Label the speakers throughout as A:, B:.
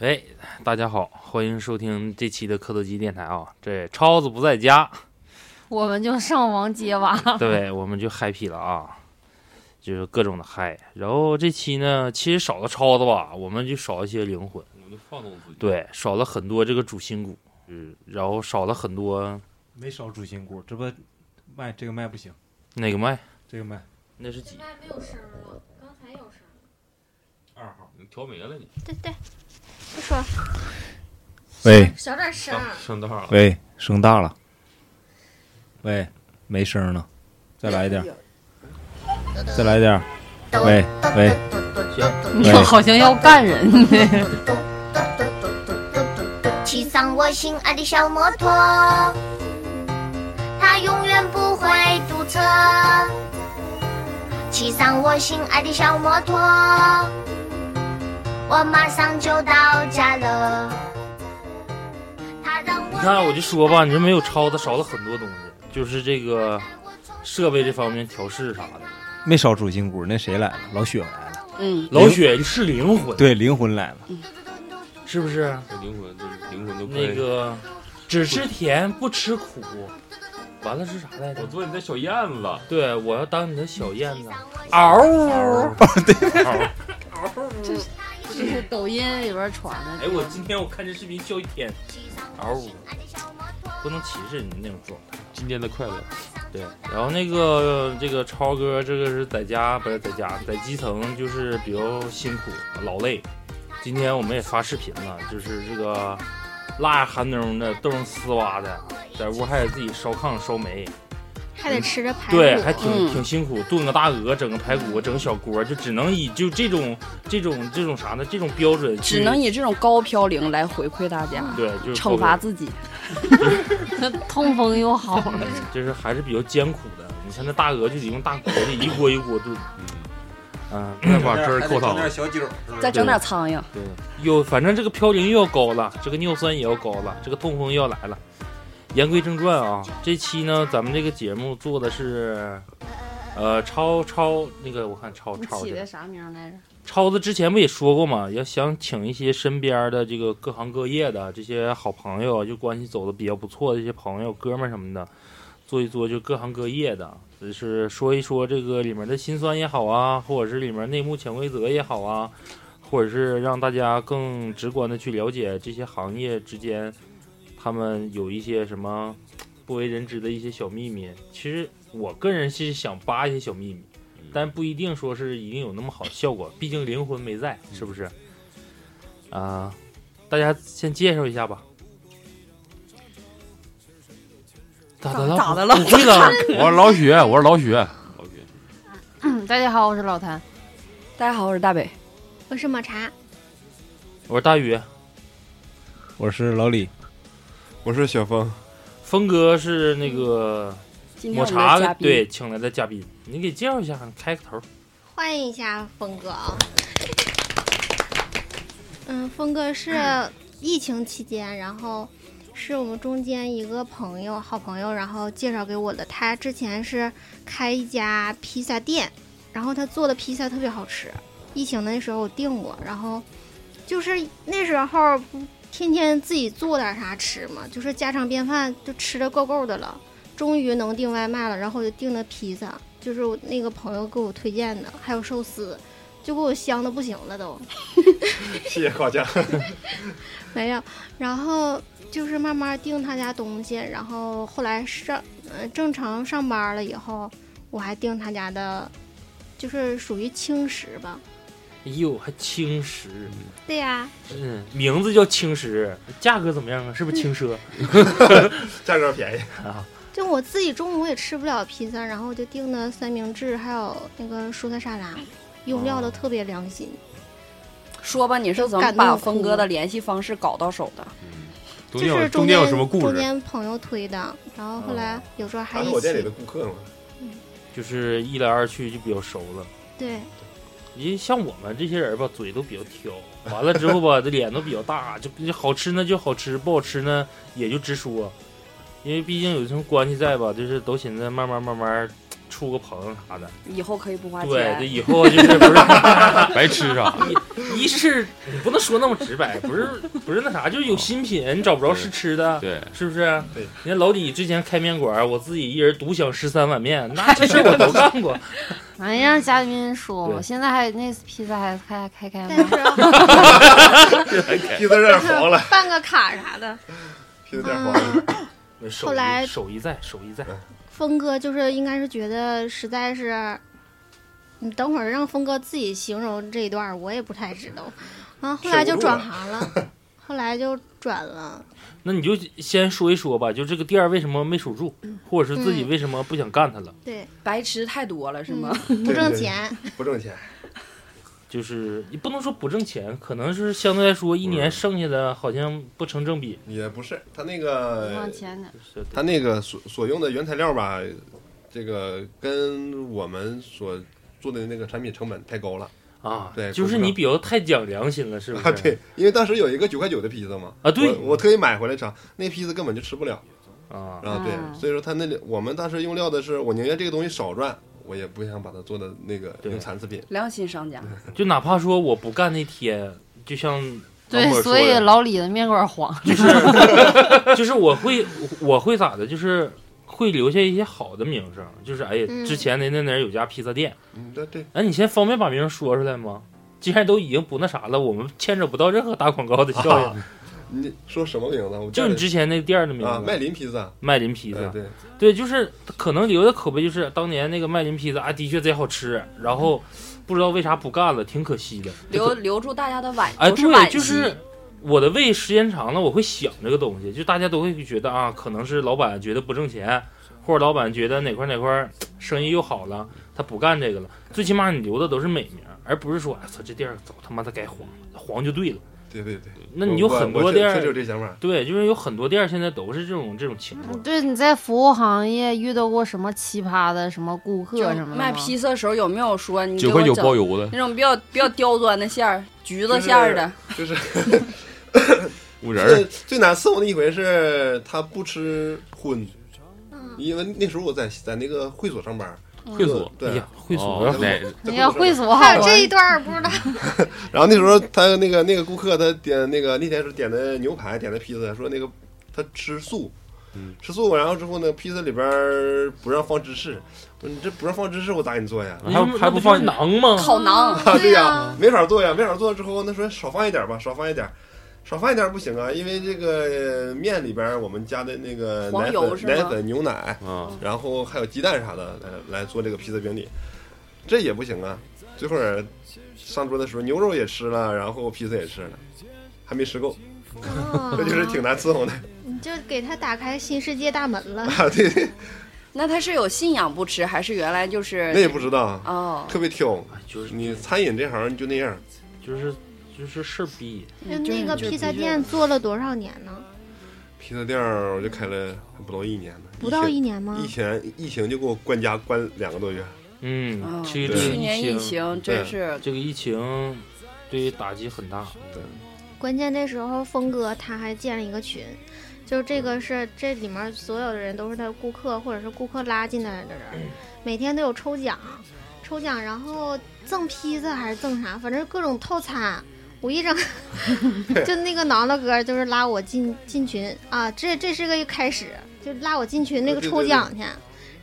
A: 哎，大家好，欢迎收听这期的磕头机电台啊！这超子不在家，
B: 我们就上网揭娃。
A: 对，我们就 happy 了啊，就是各种的嗨。然后这期呢，其实少了超子吧，我们就少一些灵魂，
C: 我就放纵自己。
A: 对，少了很多这个主心骨，嗯，然后少了很多
D: 没少主心骨，这不麦这个麦不行，
A: 哪个麦，
D: 这个麦
A: 那是几？
E: 麦没有声了，刚才有声。
D: 二号。
C: 你调没了你，
E: 对对，不说了，
D: 喂
E: 小点声。
C: 上上道了。
D: 喂，声大了。喂，没声了，再来一点，再来一点。喂喂，
B: 你好像要干人，
F: 哎
G: 骑上我心爱的小摩托，它永远不会堵车。骑上我心爱的小摩托，我马上就到家了。它让我
A: 你看，我就说吧，你这没有超子，少了很多东西，就是这个设备这方面调试啥的。
D: 没少主心骨。那谁来了？老雪来了。
B: 嗯，
A: 老雪是灵魂，
D: 对，灵魂来了。
A: 是不是？
C: 这灵魂，这灵魂都快
A: 那。个只吃甜不吃苦，完了是啥来
C: 我
A: 着？
C: 做你的小燕子，
A: 对，我要当你的小燕子。
G: 嗷！
A: 对，
B: 这是抖音里边传的。
A: 哎，我今天我看这视频笑一天，嗷不能歧视你那种状态。
C: 今天的快乐。
A: 对，然后那个这个超哥，这个是在家不是在家，在基层就是比较辛苦劳累。今天我们也发视频了，就是这个腊寒冬的，冻成丝袜的，在屋还得自己烧炕烧煤。
E: 还得吃着排骨。
A: 对，还挺、
B: 嗯
A: 挺辛苦，炖个大鹅，整个排骨，整个小锅，就只能以就这种这种这种啥呢？这种标准去
B: 只能以这种高飘零来回馈大家，
A: 嗯对，就是
B: 惩罚
A: 包
B: 自己。通风又好
A: 括，就是还是比较艰苦的。你看那大鹅就得用大锅里一锅一锅炖，
C: 嗯，
A: 嗯，
C: 再 把汁儿扣上。
D: 小酒，
B: 再整点苍蝇。
A: 对，有反正这个嘌呤又要高了，这个尿酸也要高了，这个痛风又要来了。言归正传啊，这期呢，咱们这个节目做的是，呃，超超那个我看超
B: 你
A: 超
B: 起
A: 去了
B: 的啥名来着？
A: 超子之前不也说过嘛，要想请一些身边的这个各行各业的这些好朋友，啊就关系走的比较不错的这些朋友、哥们儿什么的，做一做就各行各业的，就是说一说这个里面的辛酸也好啊，或者是里面内幕潜规则也好啊，或者是让大家更直观的去了解这些行业之间他们有一些什么不为人知的一些小秘密。其实我个人是想扒一些小秘密。但不一定说是一定有那么好的效果，毕竟灵魂没在，是不是？啊、啊大家先介绍一下吧。咋的了？
B: 啊咋的了
A: 不会了？
C: 我是老许，我是老许，老许，
B: 嗯，大家好，我是老谭。大家好，我是大北。
E: 我是抹茶，
A: 我是大宇，
D: 我是老李，
H: 我是小峰，
A: 峰哥是那个
B: 今天
A: 抹
B: 我们的
A: 茶
B: 嘉宾
A: 对请来的嘉宾，你给介绍一下，开个头。
E: 换一下峰哥啊。 嗯，峰哥是疫情期间，然后是我们中间一个朋友，好朋友，然后介绍给我的。他之前是开一家披萨店，然后他做的披萨特别好吃。疫情那时候我订过，然后就是那时候不天天自己做点啥吃嘛，就是家常便饭，就吃的够够的了。终于能订外卖了，然后我就订的披萨，就是我那个朋友给我推荐的，还有寿司，就给我香的不行了 都。
H: 谢谢夸 奖。
E: 没有，然后就是慢慢订他家东西，然后后来上呃正常上班了以后，我还订他家的，就是属于轻食吧。
A: 哎呦，还青石，
E: 对呀、
A: 嗯，名字叫青石，价格怎么样啊？是不是啊轻 奢？
H: 价格便宜，
E: 就我自己中午也吃不了披萨，然后我就订的三明治，还有那个蔬菜沙拉，用料都特别良心。
B: 哦说吧，你是怎么
E: 感动
B: 把
E: 哭
B: 峰哥的联系方式搞到手的？
C: 嗯中
E: 就
C: 间
E: 是
C: 有中
E: 间
C: 间有什么故
E: 中
C: 事？
E: 间朋友推的，然后后
B: 哦
E: 来有时候还
H: 他
E: 一
H: 是
E: 起、
H: 我店里的顾客嘛。
A: 就是一来二去就比较熟了。
E: 对，
A: 因为像我们这些人吧，嘴都比较挑，完了之后吧，这脸都比较大，就就好吃呢就好吃，不好吃呢也就直说，因为毕竟有这种关系在吧，就是都寻思慢慢慢慢处个朋友啥的。
F: 以后可以不花
A: 对，
F: 钱。
A: 这以后就是不是
I: 白吃啊啥
A: 一一是你不能说那么直白，不是不是那啥，就是有新品你找不着试吃的，
I: 对，
A: 是不是？
J: 对，
A: 你看老李之前开面馆，我自己一人独享十三碗面， 那这事儿我都干过。
B: 哎呀，家里面说嘛，
A: 对
B: 现在还那披萨还开开开
E: 但
B: 吗？
E: 是
F: 啊
J: 披 萨有点 黄了，
E: 办个卡啥的，
J: 披萨有点黄了。
A: 手
E: 后来
A: 艺手艺在，手艺在，
E: 峰哥就是应该是觉得实在是，你等会儿让峰哥自己形容这一段儿，我也不太知道。啊，后来就转行 了，后来就转了。
A: 那你就先说一说吧，就这个店儿为什么没守住，或者是自己为什么不想干它了？
E: 对，嗯
F: 白吃太多了是吗？
E: 不挣钱，
J: 不挣钱，
A: 就是你不能说不挣钱，可能是相对来说一年剩下的好像不成正比。
J: 也不是他那
B: 不
J: 个
B: 往前点，
A: 是的
J: 他那个所所用的原材料吧，这个跟我们所做的那个产品成本太高了
A: 啊，
J: 对
A: 就是你比较太讲良心了，是不是？
J: 啊！对，因为当时有一个九块九的披萨嘛，
A: 啊对
J: 我我特意买回来尝，那披萨根本就吃不了
A: 啊，
J: 啊，
F: 啊
J: 对，所以说他那里我们当时用料的是，我宁愿这个东西少赚，我也不想把它做的那个
A: 对
J: 用残次品。
F: 良心商家，
A: 就哪怕说我不干那天，就像老莫
B: 对，
A: 说
B: 所以
A: 的
B: 老李的面馆黄。
A: 就是我会我会咋的，就是会留下一些好的名声，就是哎呀，
E: 嗯
A: 之前那那哪儿有家披萨店，
J: 嗯，对对，
A: 哎，你先方便把名说出来吗？既然都已经不那啥了，我们牵扯不到任何打广告的效应，
J: 啊你说什么名字？我
A: 就你
J: 家里
A: 之前那店儿的名字，
J: 啊，麦林披萨，哎
A: 麦林披萨，
J: 对对，
A: 对，就是可能留的口碑就是当年那个麦林披萨啊，的确贼好吃，然后不知道为啥不干了，挺可惜的。
F: 留留住大家的惋，
A: 哎，
F: 都是惋
A: 对，
F: 惜。
A: 就是我的胃时间长了，我会想这个东西，就大家都会觉得啊，可能是老板觉得不挣钱，或者老板觉得哪块哪块儿生意又好了，他不干这个了。最起码你留的都是美名，而不是说，哎操，这店儿早他妈的该黄了，黄就对了。
J: 对对对，
A: 那你有
J: 我
A: 很
J: 我
A: 多
J: 确
A: 店
J: 确实有
A: 儿，
J: 这想法。
A: 对，就是有很多店儿现在都是这种这种情况。
B: 对，你在服务行业遇到过什么奇葩的什么
F: 就
B: 顾客什么的吗
F: 卖披萨的时候有没有说你给
I: 九
F: 我
I: 块九
F: 整
I: 包邮的，
F: 那种比较比较刁钻的馅儿，橘子馅儿的，
J: 就是
I: 五人
J: 最
I: 儿
J: 最难伺候的一回是他不吃荤，
B: 嗯
J: 因为那时候我在在那个会所上班，
I: 会所，
A: 哎
J: 对
A: 呀，，会所
I: 哦
A: 啊，
I: 哪
J: 在
B: 你要会
J: 所。
B: 所好
E: 还有
B: 吗
E: 这一段儿不知道。
J: 然后那时候他那个那个顾客他点那个那天是点的牛排，点的披萨，说那个他吃素
I: 嗯，
J: 吃素，然后之后呢，披萨里边儿不让放芝士，我说你这不让放芝士，我咋给你做呀？
A: 还
I: 还
A: 还
I: 不
A: 不
I: 放
A: 放囊吗？
F: 烤馕。
J: 啊， 对呀、
E: 呀
J: 没法做呀，没法做之后，那说少放一点吧，少放一点，少放一点不行啊，因为这个呃面里边儿我们加的那个
F: 黄
J: 奶
F: 油
J: 粉、
F: 是吗
J: 奶粉、牛奶，
I: 啊，
J: 然后还有鸡蛋啥的来来做这个披萨饼底，这也不行啊。最后儿上桌的时候，牛肉也吃了，然后披萨也吃了，还没吃够，
F: 哦
J: 这就是挺难伺候的
E: 你 就给他打开新世界大门了。
J: 啊。对，对
F: 那他是有信仰不吃，还是原来就
J: 那也
F: 是
J: 不知道，啊
F: 哦？
J: 特别挑。
A: 哎就是
J: 你餐饮这行就那样，
A: 就是就是事儿逼，
E: 就
F: 就是
E: 那个
F: 就是
E: 披萨
F: 的确
E: 店做了多少年呢？
J: 披萨店儿我就开了还不到一年呢，
E: 不到
J: 一
E: 一年吗？
J: 疫情疫情就给我关家关两个多月，
A: 嗯，
F: 哦
A: 这个
J: 对
F: 去年疫情真
J: 对
F: 是
A: 这个疫情对于打击很大。
E: 关键那时候峰哥他还建了一个群，就是这个是这里面所有的人都是他顾客或者是顾客拉进来的人，每天都有抽奖，抽奖然后赠披萨还是赠啥，反正各种套餐。我一整，就那个挠挠哥就是拉我进进群啊，这这是个开始，就拉我进群那个
J: 对对
E: 抽
J: 对
E: 奖去，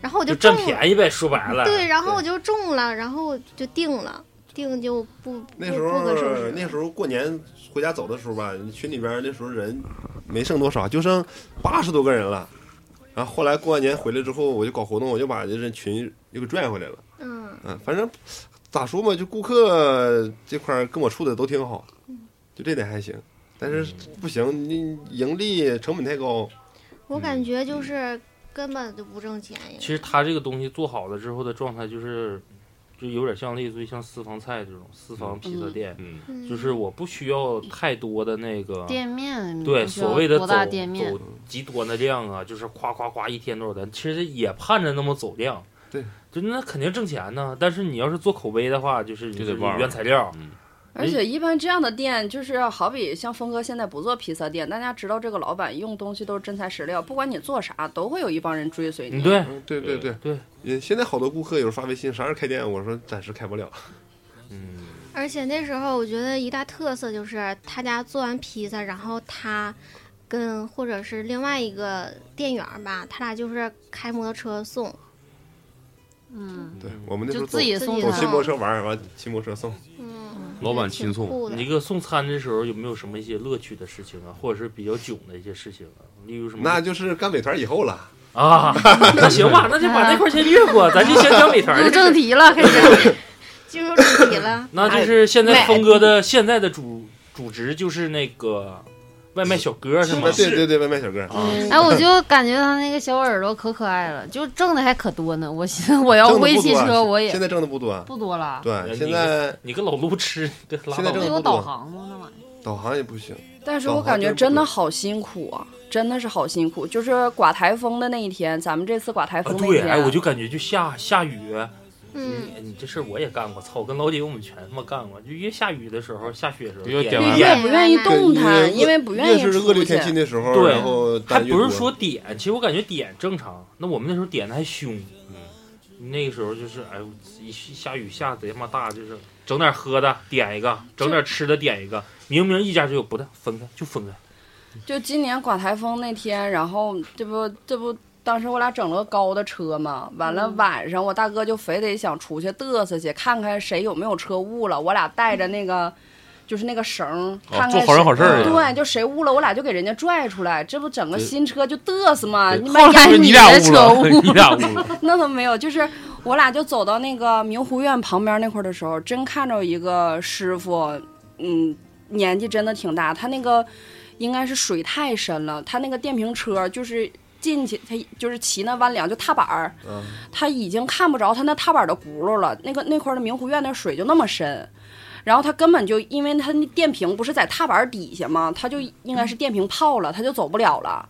E: 然后我
A: 就
E: 中
A: 占
E: 了，
A: 便宜呗，说白了。
E: 对，然后我就中了，然后就定了，定就不不
J: 那时候
E: 不可收拾了。
J: 那时候过年回家走的时候吧，群里边那时候人没剩多少，就剩八十多个人了。然后后来过完年回来之后，我就搞活动，我就把这人群又给拽回来了。
E: 嗯，
J: 嗯，反正咋说嘛，就顾客这块儿跟我处的都挺好，就这点还行。但是
A: 嗯
J: 不行，你盈利成本太高，
E: 我感觉就是根本就不挣钱呀。
A: 嗯其实他这个东西做好了之后的状态就是，就有点像类似于像私房菜这种私房披萨店，
I: 嗯，
E: 嗯
A: 就是我不需要太多的那个。
B: 店面，
A: 对，
B: 不需要
A: 所谓的
B: 多
A: 走
B: 大店面
A: 走，极端的量啊，就是夸夸夸一天多少单，其实也盼着那么走量。
J: 对，
A: 就那肯定挣钱呢。但是你要是做口碑的话，就是你
I: 就得
A: 是
I: 旺
A: 原材料，哎
I: 嗯
F: 而且一般这样的店，就是好比像峰哥现在不做披萨店，大家知道这个老板用东西都是真材实料，不管你做啥，都会有一帮人追随你。
A: 嗯对
J: 嗯对对对
A: 对，
J: 也现在好多顾客有时候发微信，啥时候开店？我说暂时开不了。
E: 而且那时候我觉得一大特色就是他家做完披萨，然后他跟或者是另外一个店员儿吧，他俩就是开摩托车送。
B: 嗯，
J: 对我们那时候
B: 就自己
E: 送
J: 总
E: 的
J: 骑摩托车玩儿，完骑摩托车送。
E: 嗯，
K: 老板
E: 挺
K: 亲送
E: 酷的
A: 你一个送餐的时候有没有什么一些乐趣的事情啊，或者是比较囧的一些事情啊？例如什么？
J: 那就是干美团以后了，
A: 啊，那行吧，那就把那块儿先略过， 咱就先讲美团
B: 入
A: 儿。。
B: 正题了，开始。
E: 进入主题了哎
A: 那
B: 哎
A: 就是现在峰哥的现在的主主职就是那个外卖小哥是吗？
J: 对对对，外卖小哥，
A: 啊，
B: 哎，我就感觉他那个小耳朵可可爱了，就挣的还可多呢。我寻思我要
J: 挣的
B: 会
J: 不
B: 骑
J: 多啊
B: 车，我也
J: 现在挣的不多，啊
B: 不多了。
A: 哎
J: 对，现
A: 你
J: 在
A: 你跟老陆吃，跟拉
J: 现在
A: 倒
B: 那
J: 这
A: 吧
J: 个
B: 有导航吗？那玩意儿
J: 导航也不行。
F: 但是我感觉 真的好辛苦啊，真的是好辛苦。就是刮台风的那一天，咱们这次刮台
A: 啊
F: 风那一
A: 对，
F: 天，
A: 哎，我就感觉就下下雨，
E: 嗯，
A: 你你这事儿我也干过，操，我跟老姐我们全他妈干过，就越下雨的时候，下雪的时候
K: 越
A: 点
K: 点
A: 外
E: 卖
K: 外
A: 卖
F: 也不愿意动
J: 啊对
F: 弹，因为不愿意
J: 越是
F: 出
J: 恶劣天气
F: 去。
J: 的时候，
A: 对
J: 然后
A: 还
J: 单越
A: 不是
J: 多
A: 说点，其实我感觉点正常。那我们那时候点的还凶，
J: 嗯
A: 那个时候就是哎呦，一下雨下贼他妈大，就是整点喝的点一个，整点吃的点一个。明明一家就有，不对，分开就分开。
F: 就今年刮台风那天，然后这不这不。当时我俩整了个高的车嘛，完
K: 嗯
F: 了晚上我大哥就非得想出去嘚瑟去，看看谁有没有车误了。我俩带着那个，就是那个绳儿，看看
K: 哦做好人好事儿
F: 谁
K: 去
F: 对，就谁误了，我俩就给人家拽出来。这不整个新车就嘚瑟嘛，
K: 对
F: 你
B: 后
F: 妈
B: 来
F: 压
K: 就是
B: 你
K: 你俩
B: 的车
K: 误 了，你俩误了，
F: 那倒没有，就是我俩就走到那个明湖院旁边那块儿的时候，真看着一个师傅，嗯，年纪真的挺大，他那个应该是水太深了，他那个电瓶车就是。进去，他就是骑那弯梁，就踏板儿，
J: 嗯
F: 他已经看不着他那踏板的轱辘了。那个那块儿的明湖院的水就那么深，然后他根本就因为他那电瓶不是在踏板底下吗？他就应该是电瓶泡了，他就走不了了。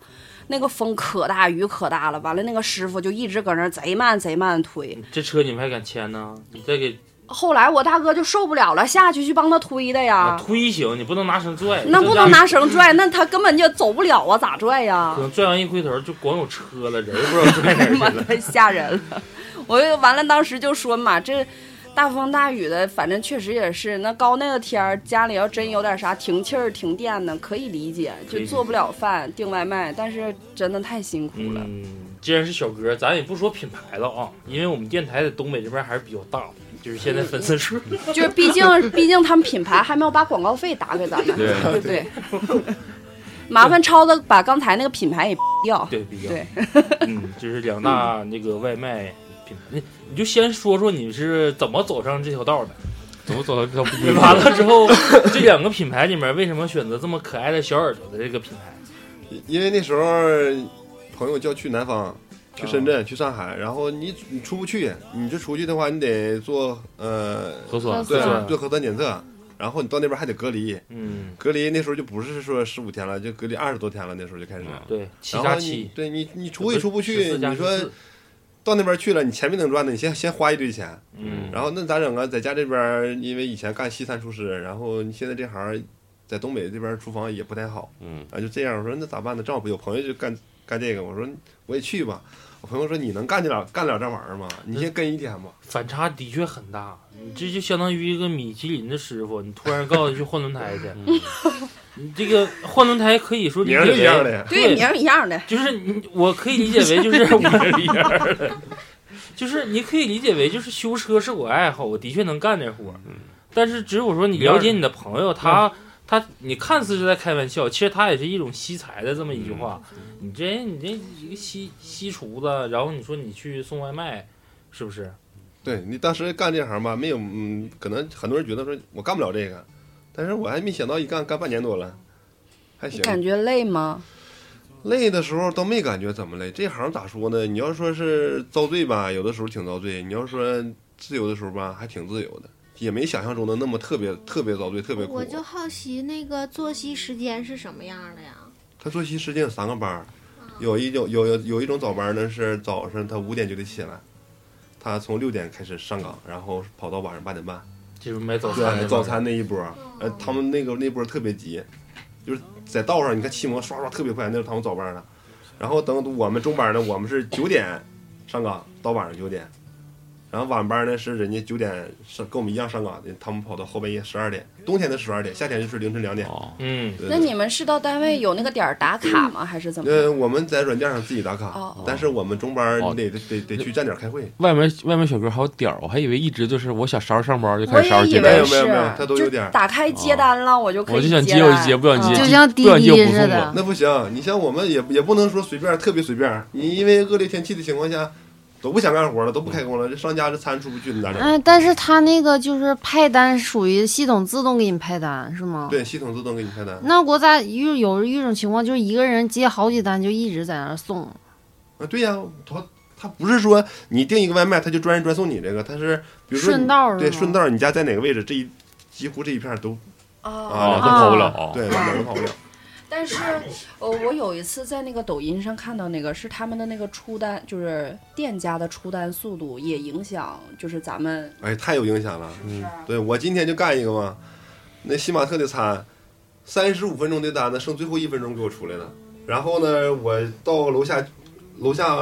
F: 那个风可大，雨可大了，完了那个师傅就一直搁那儿贼慢贼慢地推。
A: 这车你们还敢牵呢？你再给
F: 后来我大哥就受不了了，下去去帮他推的
A: 啊
F: 呀。
A: 推行，你不能拿绳拽，
F: 那
A: 这
F: 不
A: 家
F: 能拿绳拽，那他根本就走不了啊，咋拽呀
A: 可？能拽完一回头就光有车了，人儿不知道拽哪儿去
F: 妈
A: 了。
F: 太 吓人了！我就完了，当时就说嘛，这大风大雨的，反正确实也是。那高那个天儿，家里要真有点啥停气儿、停电呢，可以理解，
A: 可以
F: 就
A: 理解
F: 做不了饭，订外卖，但是真的太辛苦了。
A: 嗯，既然是小哥，咱也不说品牌了啊，因为我们电台在东北这边还是比较大，就是现在粉丝数。
F: 就是毕竟，毕竟他们品牌还没有把广告费打给咱们，
K: 对
F: 对不对？ 麻烦超子把刚才那个品牌也掉。
A: 对，比较
F: 对，
A: 嗯，就是两大那个外卖品牌，你你就先说说你是怎么走上这条道的。
K: 怎么走到这条不归路
A: 完了之后，这两个品牌里面为什么选择这么可爱的小耳朵的这个品牌？
J: 因为那时候朋友就要去南方，去深
A: 哦
J: 圳，去上海，然后你你出不去，你就出去的话，你得做呃，
K: 核酸
B: 核
J: 对
B: 酸
A: 啊，
J: 做核酸检测，然后你到那边还得隔离，
A: 嗯，
J: 隔离那时候就不是说十五天了，就隔离二十多天了，那时候就开始。
K: 嗯
A: 对，七
J: 然
A: 加
J: 后你
A: 七，
J: 对你你出也出不去，
A: 14加
J: 你说
A: 14
J: 到那边去了，你钱没等赚呢，你先先花一堆钱，
A: 嗯，
J: 然后那咋整啊？在家这边儿，因为以前干西餐厨师，然后你现在这行儿在东北这边儿厨房也不太好，
K: 嗯，
J: 啊，就这样。我说那咋办呢？正好有朋友就干干这个，我说我也去吧。我朋友说你能干得了干得了这玩意儿吗？你先跟一天吧。
A: 反差的确很大。你这就相当于一个米其林的师傅，你突然告诉他去换轮胎去，你这个换轮胎可以说理
J: 名
A: 解
J: 儿是一样
A: 为，
J: 的呀，
A: 对
F: 名儿一样的。
A: 就是你我可以理解为就是我一样的，就是你可以理解为就是修车是我爱好，我的确能干这活儿。但是只有说你了解你的朋友，他他你看似是在开玩笑，其实他也是一种惜才的这么一句话。你这你这一个西西厨子，然后你说你去送外卖，是不是？
J: 对你当时干这行吧，没有嗯，可能很多人觉得说我干不了这个，但是我还没想到一干干半年多了，还
F: 你
J: 行。
F: 感觉累吗？
J: 累的时候倒没感觉怎么累，这行咋说呢？你要说是遭罪吧，有的时候挺遭罪；你要说自由的时候吧，还挺自由的，也没想象中的那么特别特别遭罪，特别苦
E: 我。就好奇那个作息时间是什么样的呀？
J: 他作息时间有三个班
E: 啊
J: 儿，有一种有有有一种早班呢是早上他五点就得起来，他从六点开始上岗，然后跑到晚上八点半。
D: 就是买早餐
J: 对
D: 的
J: 早餐那一波
F: 哦
J: 儿，呃，他们那个那波儿特别急，就是在道上，你看骑摩刷刷特别快，那是他们早班的。然后等我们中班呢，我们是九点上岗到晚上九点，然后晚班呢是人家九点上跟我们一样上岗的，他们跑到后半夜十二点，冬天的十二点，夏天就是凌晨两点。
A: 哦，
D: 嗯，
J: 对
F: 那你们是到单位有那个点儿打卡吗？还是怎么样？
J: 呃，我们在软件上自己打卡，
F: 哦
J: 但是我们中班儿
A: 哦
J: 得、得得得去站点儿开会。
A: 外卖外卖小哥还有点儿，我还以为一直就是我想啥时候上班就
F: 我
A: 开始啥时候
F: 也以
A: 接
J: 没
F: 为
J: 有
A: 单，
J: 没
F: 是
J: 有没有他，都有
F: 就
J: 点儿
F: 打开接单了，我就可以
A: 哦我就想
F: 接
A: 接我就
F: 单嗯
A: 接，不想接
B: 就像滴
A: 不想接
B: 滴
A: 不
B: 似
A: 送
B: 的
A: 我。
J: 那不行，你像我们也也不能说随便儿，特别随便儿。你因为恶劣天气的情况下，都不想干活了，都不开工了，这商家这餐出不去，你咋整？
B: 哎，但是他那个就是派单，属于系统自动给你派单，是吗？
J: 对，系统自动给你开单。
B: 那我咋遇有一种情况，就是一个人接好几单，就一直在那儿送。
J: 啊，对呀、他他不是说你订一个外卖，他就专人专送你这个，他是比如说你
B: 顺道是吗
J: 对顺道，你家在哪个位置，这一几乎这一片儿都
F: 啊。
J: 啊
A: 啊，
J: 两
B: 哦
A: 都
J: 个
A: 跑不了。
J: 对，哪儿都跑不了。
F: 但是，呃，我有一次在那个抖音上看到那个是他们的那个出单，就是店家的出单速度也影响，就是咱们
J: 哎，太有影响了。嗯，对我今天就干一个嘛，那新玛特的餐，三十五分钟的单子，剩最后一分钟给我出来了。然后呢，我到楼下，楼下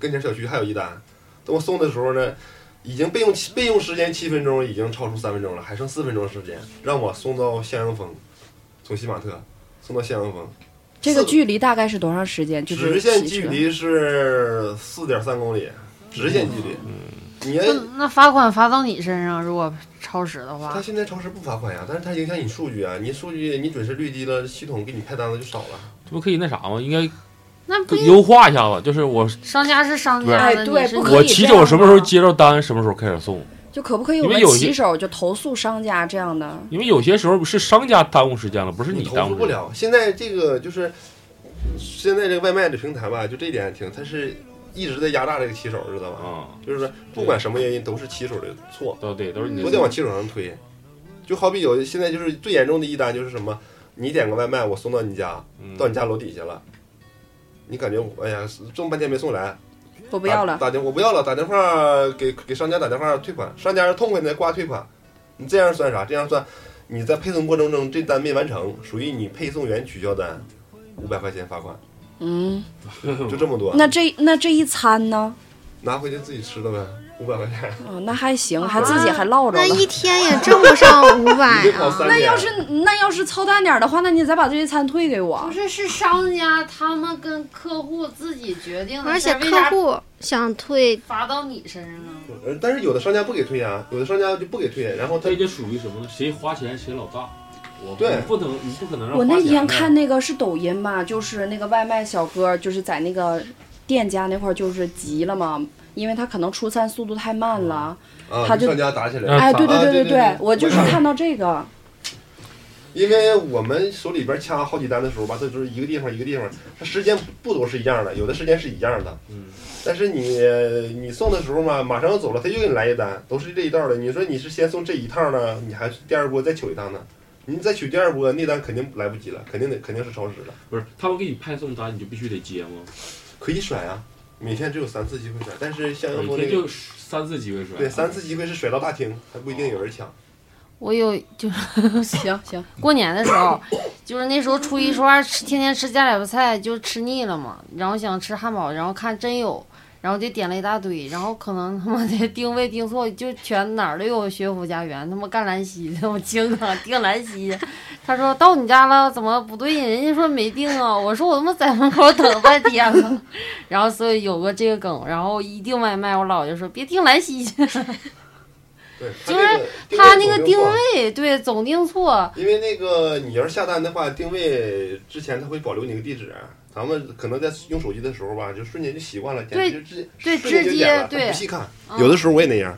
J: 跟前小区还有一单，等我送的时候呢，已经备用七备用时间七分钟，已经超出三分钟了，还剩四分钟时间，让我送到向阳峰，从新玛特送到向阳峰，
F: 这个
J: 四
F: 距离大概是多长时间？就是
J: 直线
F: 骑
J: 距
F: 车
J: 离是四点三公里，直线距离。
F: 嗯
J: 你
B: 那那罚款罚到你身上，如果超时的话
J: 他，现在超时不罚款呀，但是它影响你数据啊，你数据你准时率低了，系统给你派单子就少了。
A: 这不可以那啥吗？应该
B: 那不
A: 优化一下子，就是我
B: 商家是商家
F: 哎
B: 的，
F: 对
B: 你是
F: 不可以
A: 我骑手什么时候接着单，什么时候开始送。
F: 就可不可以我
A: 因
F: 们
A: 为有些
F: 骑手就投诉商家这样的？
A: 因为有些时候是商家耽误时间了，不是
J: 投
A: 耽
J: 诉
A: 误
J: 不
A: 时间。
J: 了。现在这个就是现在这个外卖的平台吧，就这一点挺，它是一直在压榨这个骑手，知道吧？
A: 啊，
J: 就是说不管什么原因都是骑手的错，
A: 都对，都是你
J: 都得往骑手上推。就好比有现在就是最严重的一单就是什么，你点个外卖，我送到你家，
A: 嗯
J: 到你家楼底下了，你感觉我哎呀，这么半天没送来，
F: 我不要
J: 打
F: 了，
J: 打电我不要了，打电话给给商家打电话退款，商家是痛快你再挂退款，你这样算啥？这样算你在配送过程中这单没完成，属于你配送员取消单，五百块钱罚款，
F: 嗯，
J: 就这么多，
F: 那这那这一餐呢？
J: 拿回去自己吃了呗，五百块钱，
F: 啊，那还行，还自己还落着
E: 啊那
F: 了。
E: 一天也挣不上五百
J: 你得跑
E: 啊！
J: 三
F: 那
J: 天
F: 要。是那要是操蛋点儿的话，那你再把这一餐退给我
B: 不。是是商家他们跟客户自己决定的事
E: 而且
B: 儿，为
E: 客
B: 啥
E: 户想退，
B: 罚到你身上啊？
J: 呃但是有的商家不给退啊，有的商家就不给退，然后他
A: 这就属于什么呢？谁花钱谁老大。我
J: 对
A: 不能，你不可
J: 嗯
A: 能让
F: 我
A: 花
F: 那
A: 钱
F: 天
A: 的
F: 看那个是抖音吧，就是那个外卖小哥，就是在那个店家那块儿就是急了嘛，因为他可能出餐速度太慢了。
J: 啊
F: 他
J: 跟
F: 就
J: 商家打起来
A: 啊
J: 了，
F: 哎，
A: 咋
F: 对对
J: 啊对
F: 对
J: 对对
F: 我就是看到这个，
J: 因为我们手里边掐好几单的时候吧，它就是一个地方一个地方，它时间不都是一样的，有的时间是一样的，
A: 嗯，
J: 但是你你送的时候嘛，马上要走了，他又给你来一单，都是这一道的。你说你是先送这一趟呢，你还是第二波再取一趟呢？你再取第二波，那单肯定来不及了，肯定得肯定是超时了。
A: 不是他们给你派送单，你就必须得接吗？
J: 可以甩啊，每天只有三次机会甩，但是像阳
A: 每
J: 峰
A: 天
J: 那个，
A: 就三次机会甩。
J: 对，三次机会是甩到大厅，还不一定有人抢。
B: 我有就是。
F: 行行，
B: 过年的时候，就是那时候初一初二吃，天天吃家里边菜就吃腻了嘛，然后想吃汉堡，然后看真有，然后就点了一大堆，然后可能他妈的定位定错，就全哪儿都有学府家园，他妈赣兰溪 的，我经常订兰溪的。他说到你家了，怎么不对呀？人家说没定啊，我说我他妈在门口等半天了，然后所以有过这个梗，然后一订外卖，我姥爷说别订兰溪去，
J: 对，
B: 就是他
J: 他
B: 那
J: 这
B: 个
J: 个
B: 定
J: 位，
B: 位对总定错，
J: 因为那个你要是下单的话，定位之前他会保留你个地址。咱们可能在用手机的时候吧，就瞬间就习惯了，点
B: 对
J: 就直
B: 对
J: 瞬间就
B: 直接
J: 点了
B: 对
J: 不细看。
B: 嗯
J: 有的时候我也那样。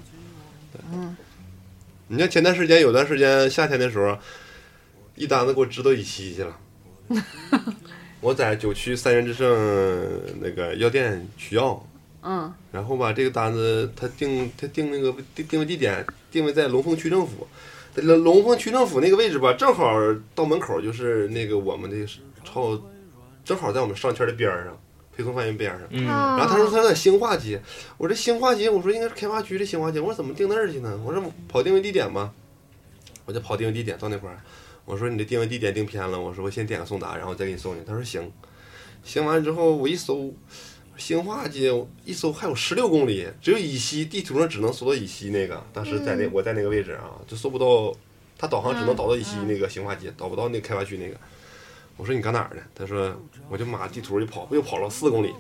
B: 嗯。
J: 你像前段时间，有段时间夏天的时候，一单子给我支到乙烯去 了。我在九区三元之盛那个药店取药，
B: 嗯
J: 然后吧，这个单子他定他定那个定定位地点定位在龙凤区政府，龙龙凤区政府那个位置吧，正好到门口就是那个我们的超，正好在我们上圈的边儿上，配送范围边儿上。
D: 嗯，
E: 啊
J: 然后他说他在兴化街，我这兴化街，我说应该是开发区的兴化街，我说怎么定那儿去呢？我说跑定位地点吧，我就跑定位地点到那块儿，我说你这定位地点定偏了，我说我先点个送达，然后再给你送去。他说行，行完之后我一搜，兴化街一搜还有十六公里，只有以西，地图上只能搜到以西那个，当时在那、
K: 嗯
J: 我在那个位置啊，就搜不到，他导航只能导到以西
B: 嗯嗯
J: 那个兴化街，导不到那个开发区那个。我说你搁哪儿呢？他说我就马地图就跑，又跑了四公里。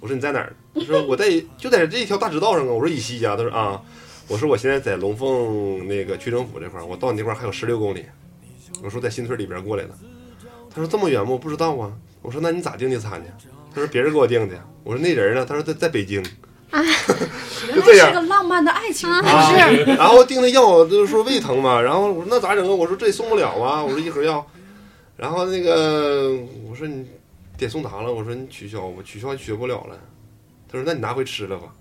J: 我说你在哪儿？他说我在就在这一条大直道上啊。我说以西家。他说啊，我说我现在在龙凤那个区政府这块儿，我到你那块儿还有十六公里。我说在新村里边过来的。他说这么远吗？我不知道啊。我说那你咋订的餐去？他说别人给我订的。我说那人呢？他说在在北京。就
F: 原来
J: 这
F: 是
J: 样
F: 个浪漫的爱 情。
J: 啊，然后订的药就是说胃疼嘛，然后我说那咋整啊？我说这送不了啊，我说一盒药，然后那个我说你点送达了，我说你取消吧，我取消取消不了了。他说那你拿回吃了吧。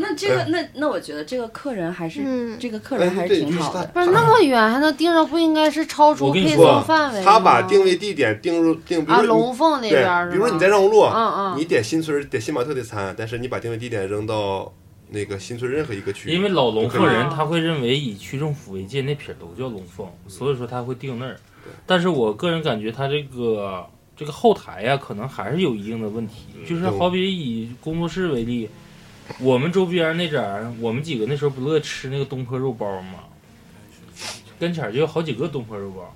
F: 那这个，那那我觉得这个客人还是、
K: 嗯，
F: 这个客人还
J: 哎对
F: 挺好的。
B: 不是那么远还能盯着，不应该是超出
A: 我跟你
B: 配
A: 说
B: 送
A: 啊
B: 范围吗？
J: 他把定位地点定入定，比如
B: 啊，
J: 说你、
B: 龙凤那
J: 对
B: 边儿，是
J: 比如说
B: 吗
J: 你在让路，
B: 嗯嗯，
J: 你点新村点新玛特的餐，但是你把定位地点扔到那个新村任何一个区，
A: 因为老龙凤人
F: 哦
A: 他会认为以区政府为界那撇儿都叫龙凤，所以说他会定那儿。但是我个人感觉他这个这个后台呀、可能还是有一定的问题。就是
J: 对
A: 好比以工作室为例，我们周边那阵儿，我们几个那时候不乐吃那个东坡肉包吗？跟前儿就有好几个东坡肉包，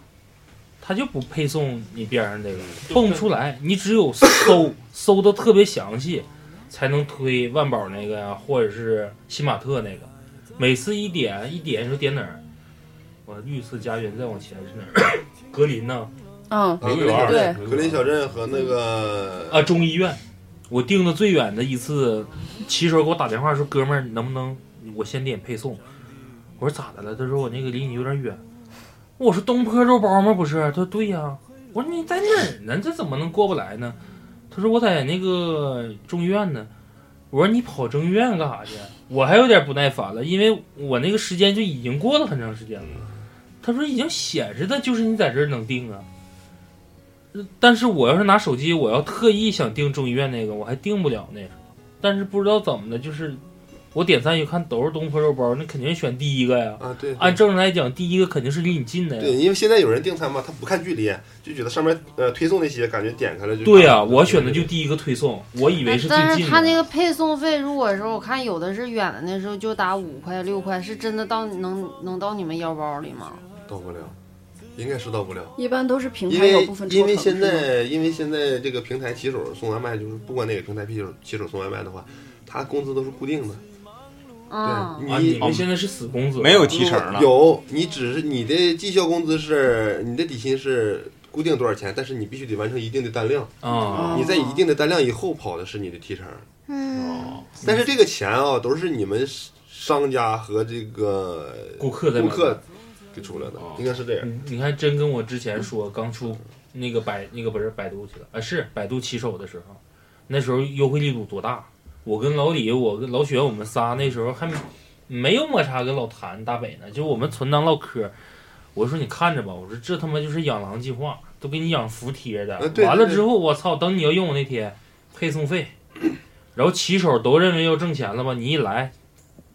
A: 他就不配送你边上这个，蹦不出来。你只有搜搜的特别详细，才能推万宝那个呀，或者是新玛特那个。每次一点一点，你说点哪儿？我绿色家园再往前是 哪儿？格林呐，
F: 嗯，
J: 啊格林小镇格林小镇和那个
A: 啊，中医院。我订的最远的一次，骑手给我打电话说：“哥们儿，能不能我先点配送？”我说：“咋的了？”他说：“我那个离你有点远。”我说：“东坡肉包吗？不是？”他说：“对呀、我说：“你在哪儿呢？这怎么能过不来呢？”他说：“我在那个中医院呢。”我说：“你跑中医院干啥去？”我还有点不耐烦了，因为我那个时间就已经过了很长时间了。他说：“已经显示的就是你在这儿能订啊。”呃但是我要是拿手机，我要特意想订中医院那个，我还订不了那个。但是不知道怎么的，就是我点赞一看都是东坡肉包，那肯定选第一个呀。
J: 啊对，对
A: 按正常来讲，第一个肯定是离你近的
J: 对，
A: 呀。
J: 因为现在有人订餐嘛，他不看距离，就觉得上面呃推送那些，感觉点开了就
A: 对呀、啊我选的就第一个推送，我以为是最
B: 但是
A: 近
B: 他那
A: 的。
B: 个配送费，如果说我看有的是远的，那时候就打五块六块，是真的到能能到你们腰包里吗？
J: 到不了，应该是到不了，
F: 一般都是平
J: 因
F: 台有
J: 为
F: 部分抽
J: 因
F: 成
J: 为现
F: 是吗
J: 在因为现在这个平台骑手送外卖，就是不管哪个平台骑手骑手送外卖的话，他工资都是固定的。
B: 嗯，
A: 啊，
J: 对
A: 你
J: 你
A: 们现在是死工资，
D: 没有提成了。
J: 有，你只是你的绩效工资是你的底薪是固定多少钱，但是你必须得完成一定的单量，
A: 啊？
J: 你在一定的单量以后跑的是你的提成。
K: 嗯，
J: 但是这个钱啊，都是你们商家和这个
A: 顾客在
J: 顾
A: 买哦
J: 客给出来的，应该是这样。
A: 嗯你你还真跟我之前说刚出那个百那个不是百度去了啊，是百度骑手的时候，那时候优惠力度多大？我跟老李，我跟老雪，我们仨那时候还没没有摩擦，跟老谭、大北呢，就我们存档唠嗑。我说你看着吧，我说这他妈就是养狼计划，都给你养服帖的。
J: 呃对
A: 完了
J: 对对
A: 之后，我操，等你要用我那天，配送费，然后骑手都认为要挣钱了吧？你一来，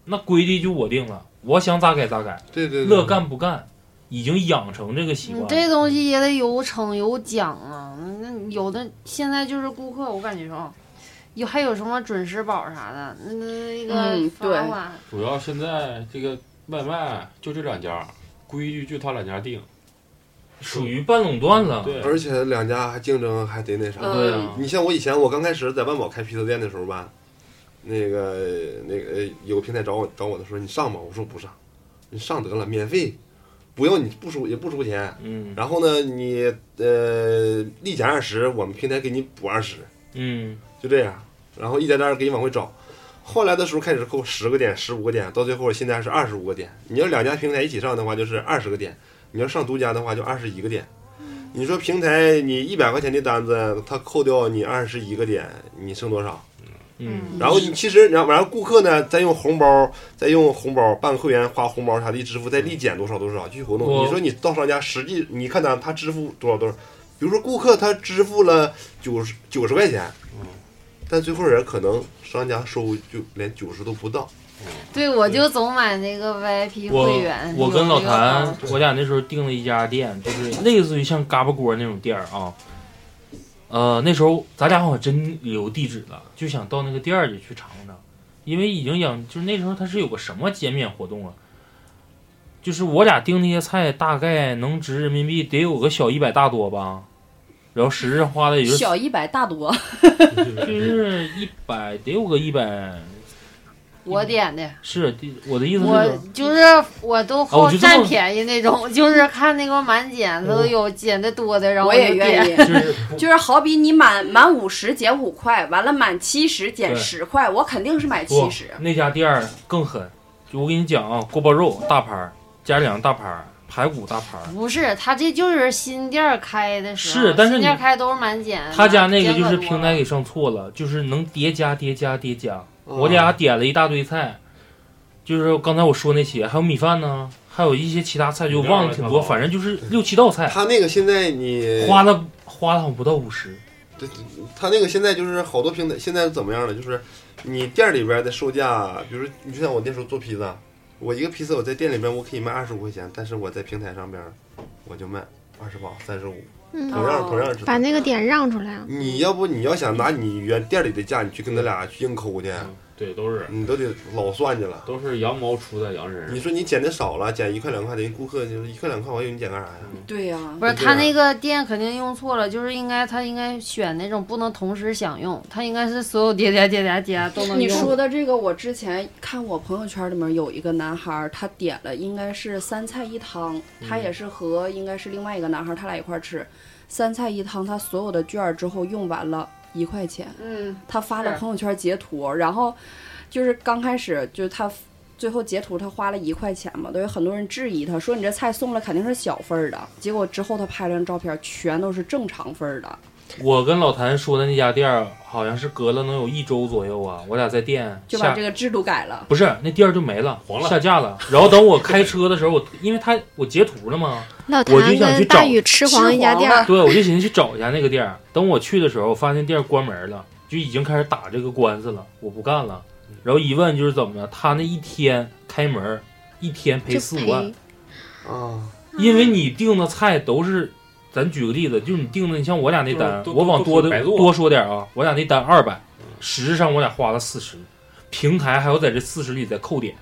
A: 那规矩就我定了，我想咋改咋改。
J: 对对对，
A: 乐干不干，已经养成这个习惯
B: 你
A: 了。
B: 嗯这东西也得有逞有奖啊。那那有的现在就是顾客，我感觉说，有还有什么准时宝啥的，那那那个
F: 嗯
B: 罚
F: 对
B: 款，
L: 主要现在这个外卖就这两家，规矩就他两家定。
A: 属于半垄断了。
L: 对，
J: 而且两家还竞争还得那啥。
F: 嗯
A: 对啊，
J: 你像我以前我刚开始在万宝开披萨店的时候吧，那个那个呃有个平台找我找我的说你上吧，我说不上，你上得了，免费，不要你不收也不收钱。
A: 嗯
J: 然后呢，你呃立减二十，我们平台给你补二十，
A: 嗯，
J: 就这样。然后一点点给你往回找。后来的时候开始扣十个点、十五个点，到最后现在是二十五个点。你要两家平台一起上的话，就是二十个点；你要上独家的话，就二十一个点。你说平台你一百块钱的单子，他扣掉你二十一个点，你剩多少？
A: 嗯，
J: 然后你其实然后然后顾客呢，再用红包，再用红包办个会员花红包啥的一支付，再立减多少多少去活动。
A: 我
J: 你说你到商家实际你看他他支付多少多少，比如说顾客他支付了九十九十块钱，但最后人可能商家收就连九十都不到，
B: 对，我就总买那个 VIP
A: 我
B: 会员。
A: 我跟老
B: 有那个
A: 谭
B: 号，
A: 我俩那时候订了一家店，就是类似于像嘎巴锅那种店儿啊。呃，那时候咱俩好像真留地址了，就想到那个店儿里去尝尝，因为已经养，就是那时候它是有个什么减免活动啊，就是我俩订那些菜大概能值人民币得有个小一百大多吧，然后实质上花的也就是
F: 小一百大多，
A: 就是一百得有个一百，
B: 我点的，
A: 是第我的意思是
B: 我就是我都
A: 哦
B: 好
A: 我就这么哦
B: 占便宜那种，就是看那个满减，它都有减的多的，然后
F: 我也
B: 就
F: 愿
B: 点。
F: 意。
A: 就是
F: 就是好比你满满五十减五块，完了满七十减
A: 对
F: 十块，我肯定是买
A: 不
F: 七十。
A: 那家店儿更狠，就我跟你讲啊，锅包肉大盘儿，家里两大盘儿，排骨大盘儿。
B: 不是，他这就是新店儿开的时候，
A: 是但是
B: 新店儿
A: 你
B: 开都是满减。
A: 他家那个就
B: 减
A: 是
B: 可多
A: 平
B: 了
A: 台给上错了，就是能叠加叠加叠加。
J: 嗯
A: 我俩点了一大堆菜，就是刚才我说那些，还有米饭呢，还有一些其他菜，就忘了挺多，反正就是六七道菜，
J: 他那个现在你
A: 哎花了花了好像不到五十。
J: 他那个现在就是好多平台现在怎么样了？就是你店里边的售价，比如说你就像我那时候做披萨，我一个披萨我在店里边我可以卖二十五块钱，但是我在平台上边我就卖二十八、三十五，
E: 嗯，
J: 同样
F: 哦
J: 同样嗯是。
E: 把那个点让出来。啊
J: 你要不你要想拿你原店里的价，你去跟他俩去硬抠去，
C: 嗯对，都是
J: 你都得老算计了。
C: 都是羊毛出在羊身上。
J: 你说你减的少了，减一块两块，等于顾客就是一块两块，我以为你减干啥呀？
F: 对呀、
B: 不是
J: 就这
B: 他
J: 样
B: 那个店肯定用错了，就是应该他应该选那种不能同时享用，他应该是所有叠加叠加叠加都能用。
F: 你
A: 嗯
F: 说的这个，我之前看我朋友圈里面有一个男孩儿，他点了应该是三菜一汤，他也是和应该是另外一个男孩儿，他俩一块儿吃，三菜一汤，他所有的券儿之后用完了一块钱，
B: 嗯，
F: 他发了
B: 是
F: 朋友圈截图，然后就是刚开始就是他最后截图他花了一块钱嘛，都有很多人质疑他说你这菜送了肯定是小份儿的，结果之后他拍了张照片，全都是正常份儿的，
A: 我跟老谭说的那家店儿好像是隔了能有一周左右啊，我俩在店
F: 就把
A: 下
F: 这个制度改了。
A: 不是那店儿就没了，
C: 黄了
A: 下架了。 然后等我开车的时候，我因为他我截图了嘛，
E: 老
A: 就想
E: 谭
A: 去
E: 跟
A: 找
E: 大宇吃黄一家店儿，
A: 对我就寻思去找一下那个店儿。等我去的时候，发现店儿关门了，就已经开始打这个官司了，我不干了。然后一问就是怎么的，他那一天开门儿一天赔
E: 就
A: 四五万
E: 赔，
J: 啊，
A: 因为你订的菜都是，咱举个例子，就是你订的，你像我俩那单，
C: 都都
A: 我往多的
C: 都是白做
A: 多说点儿啊，我俩那单二百，实质上我俩花了四十，平台还要在这四十里再扣点。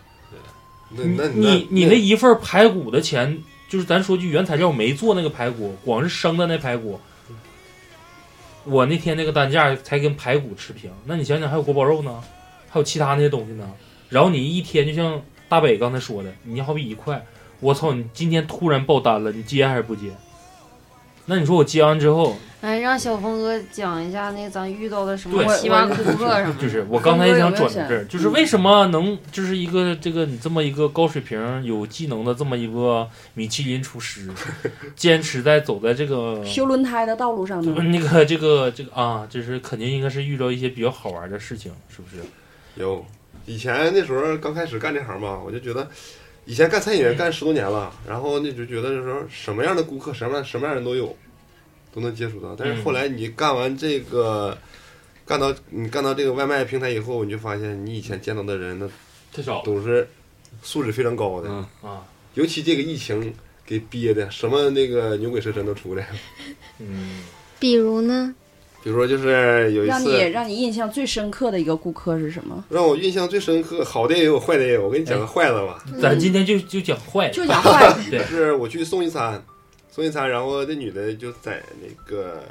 J: 那
A: 你
J: 那
A: 你你那一份排骨的钱，就是咱说句原材料没做那个排骨，光是生的那排骨，我那天那个单价才跟排骨持平。那你想想，还有锅包肉呢，还有其他那些东西呢。然后你一天就像大北刚才说的，你好比一块，我操，你今天突然爆单了，你接还是不接？那你说我接完之后，
B: 哎，让小峰哥讲一下那咱遇到的什
A: 对
B: 么奇葩顾客什么
A: 就
B: 的。
A: 是我刚才也想转到这儿，就是为什么能就是一个这个你这么一个高水平、有技能的这么一个米其林厨师，坚持在走在这个
J: 嗯
A: 呃
F: 修轮胎的道路上呢，
A: 那个这个这个啊，就是肯定应该是遇到一些比较好玩的事情，是不是？
J: 有，以前那时候刚开始干这行吧，我就觉得，以前干餐饮员干十多年了，然后那就觉得这时候什么样的顾客，什么样什么样的人都有，都能接触到。
C: 嗯
J: 但是后来你干完这个，干到你干到这个外卖平台以后，你就发现你以前见到的人，那
C: 太少了，
J: 都是素质非常高的，
C: 嗯
A: 啊，
J: 尤其这个疫情给憋的，什么那个牛鬼蛇神都出来了。
A: 嗯，
E: 比如呢，
J: 比如说，就是有一
F: 让你
J: 次
F: 让你印象最深刻的一个顾客是什么？
J: 让我印象最深刻，好的也有，坏的也有。我给你讲个坏的吧。
A: 哎咱今天就就讲坏的，
F: 就讲坏的，
A: 对
J: 就是我去送一餐，送一餐，然后那女的就在那个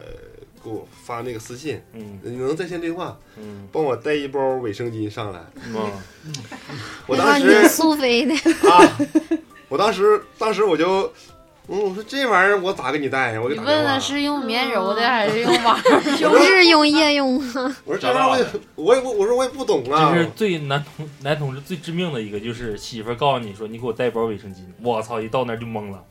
J: 给我发那个私信，
A: 嗯
J: 你能在线对话，
A: 嗯
J: 帮我带一包卫生巾上来。
A: 啊，
J: 我
E: 让
J: 当时
E: 你苏菲的，
J: 啊，我当时当时我就，嗯，我说这玩意儿我咋给你带呀？我给
B: 你
J: 打
B: 问
J: 电
B: 的
J: 话。
B: 是用
J: 嗯
B: 棉柔的还是用 网？
E: 日用夜用啊，
J: 我说这玩意儿我也我也不我说我也不懂啊
A: 这。是最男同男同志最致命的一个，就是媳妇儿告诉你说你给我带一包卫生巾，我操，一到那儿就懵 了，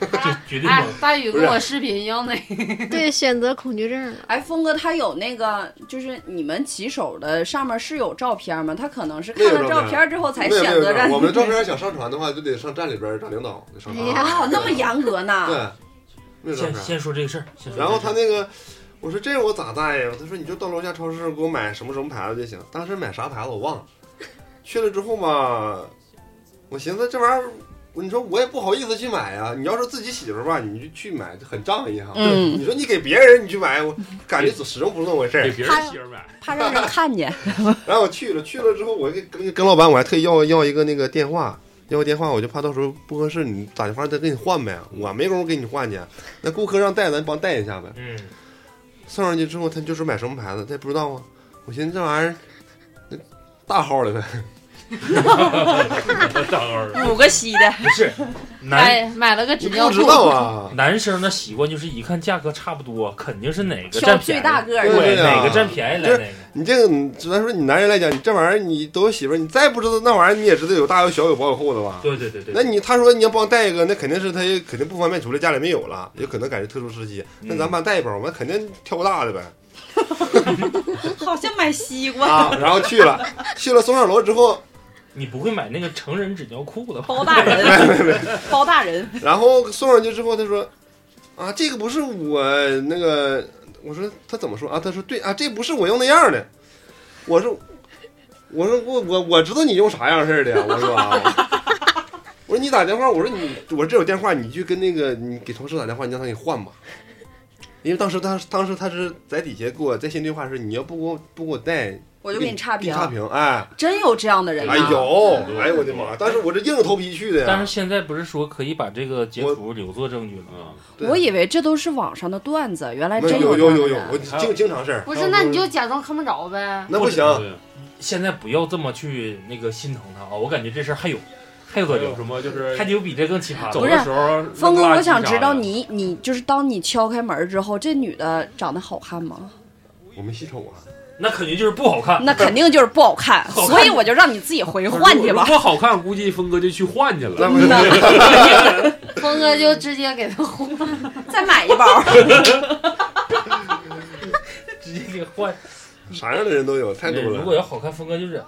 A: 就绝对懵
B: 哎
A: 了。，
B: 大宇
J: 不
B: 跟
J: 是
B: 我视频一样的，
E: 对，选择恐惧症了。
F: 哎，峰哥他有那个，就是你们骑手的上面是有照片吗？他可能是看
J: 没
F: 了
J: 有照
F: 照
J: 片
F: 片之后才
J: 没有
F: 选
J: 没有
F: 择
J: 没
F: 让你
J: 有，我们照片想上传的话，就得上站里边儿找领导得上传。
E: 哎呀
F: 哦，那么严格呢？
J: 对，没有照
A: 先
J: 片。
A: 先说这个事儿，先说
J: 然后
A: 这
J: 他
A: 个事
J: 那个，我说这我咋带呀？他说你就到楼下超市给我买什么什么牌子就行。当时买啥牌子我忘了，去了之后嘛，我寻思这玩意儿，你说我也不好意思去买呀、你要是自己媳妇儿吧，你就去买就很仗义哈。
F: 嗯
J: 你说你给别人你去买，我感觉始终不是那么回事儿
C: 给。别人媳妇儿买，
F: 怕让人看见。
J: 然后我去了，去了之后，我跟跟跟老板，我还特意要要一个那个电话，要个电话，我就怕到时候不合适，你打电话再给你换呗，我没工夫给你换去。那顾客让带，咱帮带一下呗。
A: 嗯，
J: 送上去之后，他就说买什么牌子，他也不知道啊。我寻思这玩意儿，那大号 的呗，
C: 当儿
F: 五个稀的，
A: 不是
B: 买
A: 男
B: 买了个
J: 你
B: 纸尿
J: 不知
B: 裤，
J: 道啊。
A: 男生的习惯就是一看价格差不多，肯定是哪个
F: 挑
A: 占便
F: 最
A: 宜，
F: 大个儿的。
A: 对，
J: 对呀
A: 哪个占便宜来哪个。
J: 你这个，你只能说你男人来讲，你这玩意儿你都有媳妇儿，你再不知道那玩意儿，你也知道有大有小有薄有厚的吧？
A: 对对对对，
J: 那你他说你要帮带一个，那肯定是他也肯定不方便出来，家里没有了，有可能赶上特殊时期。
A: 嗯
J: 那咱帮带一包，我们肯定挑个大的呗。
F: 好像买西瓜，
J: 啊，然后去了，去了送上楼之后，
A: 你不会买那个成人纸尿裤的吧？
F: 包大人，包大人。
J: 然后送上去之后，他说：“啊，这个不是我那个。”我说：“他怎么说啊？”他说：“对啊，这不是我用那样的。”我说：“我说我我我知道你用啥样式的呀。”我说啊。我说你打电话，我说你，我说这有电话，你去跟那个你给同事打电话，你让他给你换吧。因为当时他当时他是在底下给我在线对话是，你要不给我不给我带，
F: 我就给你差
J: 给
F: 评，
J: 差评，哎，
F: 真有这样的人呐、
J: 哎有，哎呦我的妈！当时我这硬着头皮去的呀。
A: 但是现在不是说可以把这个截图留作证据了吗？
C: 啊，
J: 对
F: 我以为这都是网上的段子，原来
J: 没
F: 真
J: 有
F: 这
J: 有
F: 样的
J: 有有，我
F: 人。
J: 经经常事儿。嗯
B: 不是，那你就假装看不着呗。
J: 那不行，
C: 对
A: 现在不要这么去那个心疼他啊！我感觉这事儿还有，还有
C: 还
A: 的
C: 有
A: 留，
C: 什么就是
A: 还得有比这更奇葩
C: 走
A: 的。
F: 是
C: 的时候，
F: 峰哥，
C: 扔垃圾
F: 我想知
C: 啥
F: 道
C: 的
F: 你，你就是当你敲开门之后，这女的长得好看吗？
J: 我没细瞅啊。
A: 那肯定就是不好看。
F: 那肯定就是不好看，
A: 好看
F: 所以我就让你自己回换去吧
C: 如。果好看，估计峰哥就去换去了。
J: 那
B: 峰哥就直接给他轰了，
F: 再买一包，
A: 直接给换。
J: 啥样的人都有，太 多
A: 如果
J: 了。
A: 要好看，峰哥就忍了。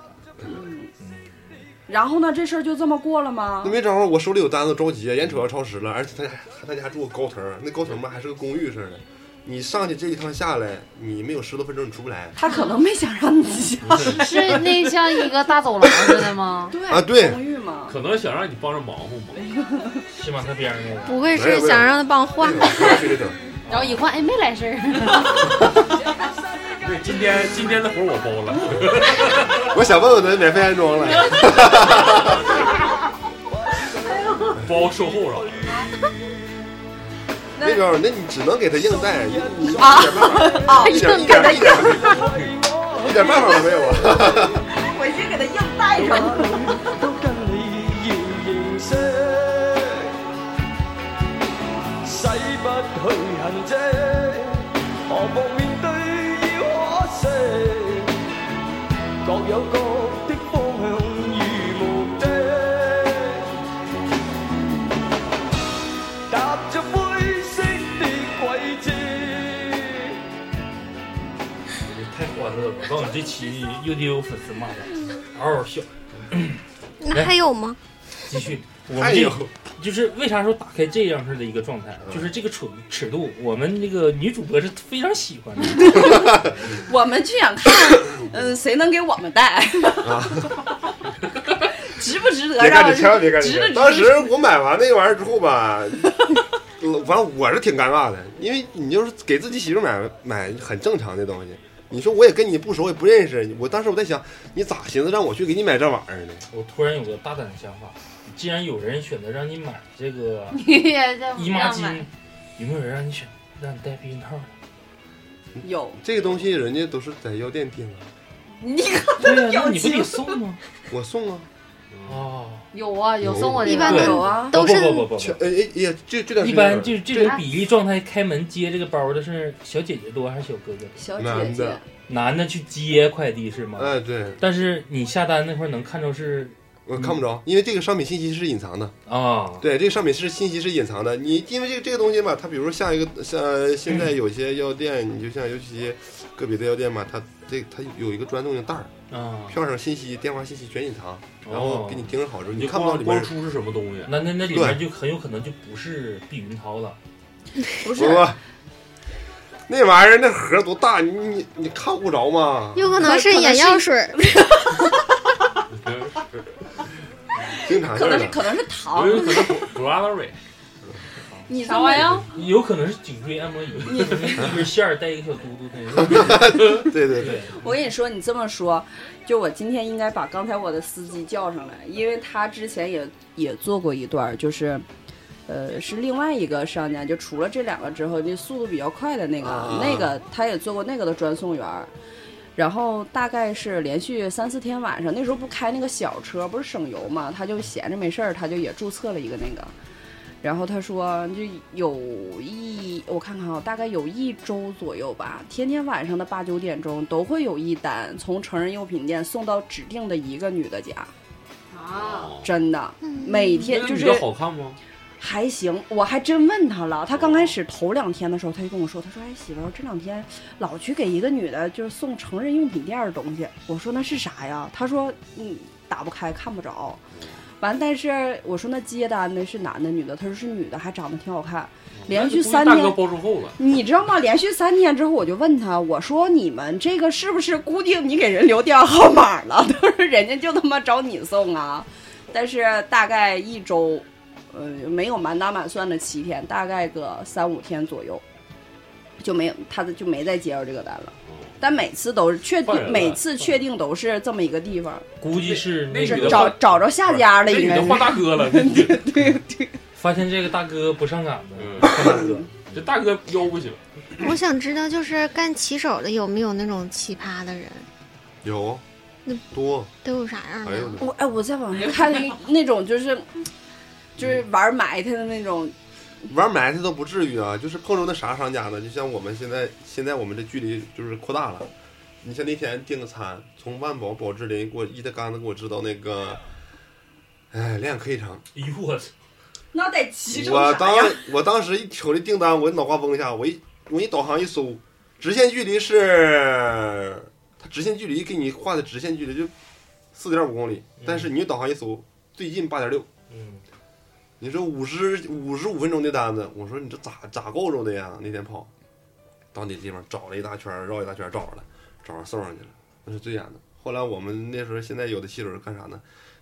F: 然后呢，这事儿就这么过了吗
J: 那？没招啊，我手里有单子，着急，啊眼瞅要超时了，而且他家还他家还住个高层儿，那高层吧还是个公寓似的。你上去这一趟下来，你没有十多分钟你出不来
F: 他可能没想让你进
B: 是那像一个大走廊似的吗？
F: 对
J: 啊！对，
F: 公寓嘛，
C: 可能想让你帮着忙活嘛，
A: 西马特边上那个，
E: 不会是想让他帮我
J: 不
E: 换
J: 是？我去这 整，
B: 然后一换，哎，没来事儿。
C: 对，今天今天的活我包了，
J: 我想问问咱免费安装了，
B: 哎
C: 包售后了。
J: 没招儿，那你只能给他硬带，你你一点办法，
F: 啊，
J: 一点一点一 点一点办法都没有啊！
F: 回去给他硬带上了。
K: 都跟你要认识，洗不去痕迹，何妨面對要可惜，各有各的方向與目的，踏着灰色的軌跡。
A: 太欢乐了！我告诉你，这期又得有粉丝骂了，嗷嗷笑。
E: 那还有吗？
A: 继续，我
J: 哎
A: 们这
J: 呦
A: 个就是为啥说打开这样式的一个状态，就是这个尺尺度，我们那个女主播是非常喜欢的。
F: 我们就想看，嗯，谁能给我们带？
J: 啊
F: 值不 值得
J: 别干
F: 让
J: 这，
F: 人？
J: 千万别干
F: 值得
J: 这。
F: 值
J: 当时我买完那个玩意儿之后吧， 呃反正我是挺尴尬的，因为你就是给自己媳妇买买很正常的东西。你说我也跟你不熟，也不认识。我当时我在想，你咋寻思让我去给你买这玩意儿呢？
A: 我突然有个大胆的想法，既然有人选择让你买 这个
B: 你也这不
A: 姨妈
B: 让
A: 巾
B: 买。，
A: 有没有人让你选让你戴避孕套的？
F: 有
J: 这个东西人家都是在药店订啊，
F: 你
A: 对呀、
F: 表
A: 那你不
F: 情
A: 得送吗？
J: 我送啊。
A: 哦，
B: 有啊，有送我这
E: 一般
A: 对
B: 个。
F: 有啊，
E: 都是
A: 不不不不
J: 全
A: 不
J: 哎哎哎呀，这这段
A: 一
J: 时间
A: 般就是这种
B: 这
A: 比例状态，开门接这个包的是小姐姐多还是小哥哥多？
F: 小姐
J: 男
F: 姐
J: 的，
A: 男的去接快递是吗？
J: 哎对，
A: 但是你下单那块儿能看着是嗯
J: 我呃
C: 嗯
J: 看不着，因为这个商品信息是隐藏的。
A: 啊，
C: 哦
J: 对，这个商品是信息是隐藏的。你因为这个这个东西吧，它比如说像一个像现在有些药店，你就像尤其个别的药店吧，它这它有一个专用的袋儿，
C: 嗯
A: 啊，
J: 票上信息、电话信息全隐藏，然
A: 哦
J: 后给你盯好之后，
C: 你
J: 你
C: 就
J: 看不到
C: 光
J: 里面
C: 光。出是什么东西？啊
A: 那那那里面就很有可能就不是避孕套了，
F: 不
J: 不
F: 是
J: 不，那玩意儿那盒多大，你你你看不着吗？
E: 有可能是眼药水儿，
J: 经常
F: 可能是
J: 性的。
F: 可能是糖，
A: Brotherly，
F: 你啥玩意儿？
A: 有可能是颈椎按摩仪，一根线儿带一个小嘟嘟那
J: 种。对对对，
F: 我跟你说，你这么说，就我今天应该把刚才我的司机叫上来，因为他之前也也做过一段儿，就是，呃，是另外一个商家，就除了这两个之后，那速度比较快的那个，
M: 啊
F: 那个他也做过那个的专送员儿。然后大概是连续三四天晚上，那时候不开那个小车，不是省油嘛，他就闲着没事儿，他就也注册了一个那个。然后他说，就有一我看看啊，大概有一周左右吧，天天晚上的八九点钟都会有一单从成人用品店送到指定的一个女的家，
B: 啊，
F: 真的，每天就
C: 嗯
F: 是
C: 那个女的好看吗？
F: 还行，我还真问他了。他刚开始头两天的时候，他就跟我说，他
C: 嗯
F: 说：“哎，媳妇儿，这两天老去给一个女的，就是送成人用品店的东西。”我说：“那是啥呀？”他说：“嗯，打不开，看不着。”
C: 嗯
F: 完，但是我说那接单的是男的女的，他说是女的，还长得挺好看。
C: 嗯
F: 连续三
C: 大哥
F: 天，
C: 包售后了，
F: 你知道吗？连续三天之后，我就问他，我说你们这个是不是固定你给人留电话号码了？ 他说人家就他妈找你送啊。但是大概一周，呃，没有满打满算的七天，大概个三五天左右，就没有他就没再接着这个单了。但每次都是确
A: 哦换人
F: 定，
A: 了
F: 每次确定都是这么一个地方，
A: 估计是那
F: 是
A: 女的
F: 找
A: 换
F: 找着下家了，
A: 那
F: 应
A: 女
F: 该
A: 的
F: 是
A: 换 大哥了，对对对，发现这个大哥不上岗的，换大哥，
C: 这大哥腰不行，
E: 我想知道，就是干骑手的有没有那种奇葩的人，
J: 有
E: 那
J: 多
E: 都有啥样
J: 哎呦
E: 的？
F: 我哎，我在网上看那那种就是就是玩埋汰的那种，
J: 玩埋汰都不至于啊，就是碰着那啥商家呢，就像我们现在现在我们这距离就是扩大了。你像那天订个餐，从万宝宝芝林给我一大缸子给我支到那个，哎，两可以成。
A: 哎呦我操！
F: 那得骑成
J: 我
F: 啥
J: 当
F: 样？
J: 我当时一瞅这订单，我脑瓜嗡一下，我一我一导航一搜，直线距离是它直线距离给你画的直线距离就四点五公里，但是你一导航一搜，最近八点六。
A: 嗯，
J: 你说五十五十五分钟的单子，我说你这咋咋够着的呀？那天跑到那地方找了一大圈儿，绕一大圈儿找着了，找着送上去了，那是最远的。后来我们那时候现在有的骑手是干啥呢？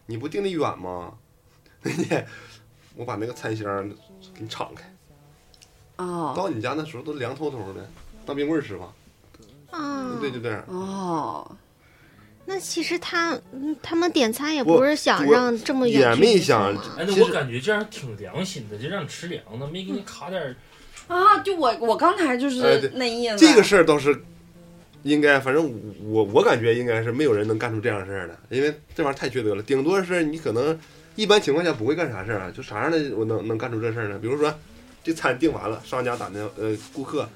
J: 你不定的远吗？那天我把那个餐箱儿给你敞开，
F: 哦
J: 到你家那时候都凉透透的，当冰棍儿吃吧。
E: 啊，
F: 嗯
J: 对对对，
F: 哦，
E: 那其实他嗯他们点餐也
J: 我
E: 不是想
J: 我
E: 让这么远，
J: 也没想
A: 哎，那我感觉这样挺良心的，就让你吃凉的，没给你卡点儿
F: 啊，就我我刚才就
J: 哎
F: 是
J: 对
F: 那意思。啊
J: 这个事儿倒是应该，反正我我感觉应该是没有人能干出这样的事儿的，因为这玩意儿太缺德了。顶多是你可能一般情况下不会干啥事儿啊，就啥样的我能能干出这事儿呢？比如说这餐订完了，商家打电呃顾客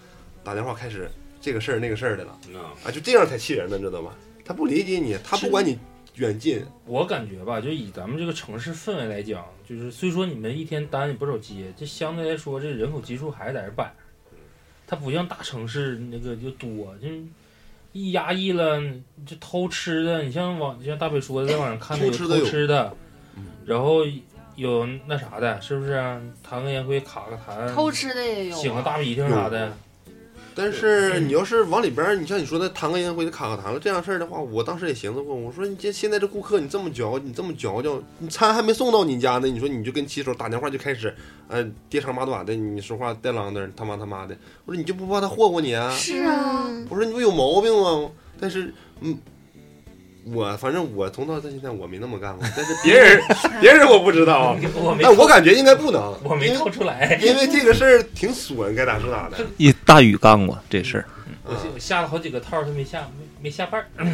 J: 打电话开始这个事儿那个事儿的了，啊，就这样才气人呢，知道吗？他不理解你，他不管你远近，
A: 我感觉吧，就以咱们这个城市氛围来讲，就是虽说你们一天单也不少接，这相对来说这人口基数还是在这摆着。它不像大城市那个就多，就一压抑了，就偷吃的。你像网，就像大北说的，在网上看那个
J: 偷吃
A: 偷
J: 的有嗯
A: 吃的，然后有那啥的，是不是、弹个烟灰，卡个痰，
B: 偷吃的也有啊
A: 醒个大鼻涕啥的。
J: 但是你要是往里边儿，你像你说的弹个烟灰、卡个痰了这样事儿的话，我当时也寻思过，我说你这现在这顾客你这么嚼，你这么嚼嚼，你餐还没送到你家呢，你说你就跟骑手打电话就开始，呃， 爹长妈短的，你说话带啷的，他妈他妈的，我说你就不怕他霍霍你啊？
E: 是啊，
J: 我说你不有毛病吗？但是，嗯，我反正我从到到现在我没那么干过，但是别 人别人我不知道啊，
A: 我没
J: 但我感觉应该不能，我
A: 没看出来
J: 因为这个事儿挺损，该咋说咋的。
D: 一大宇干过这事儿，
A: 我下我下了好几个套儿，他没下，没没下半 儿。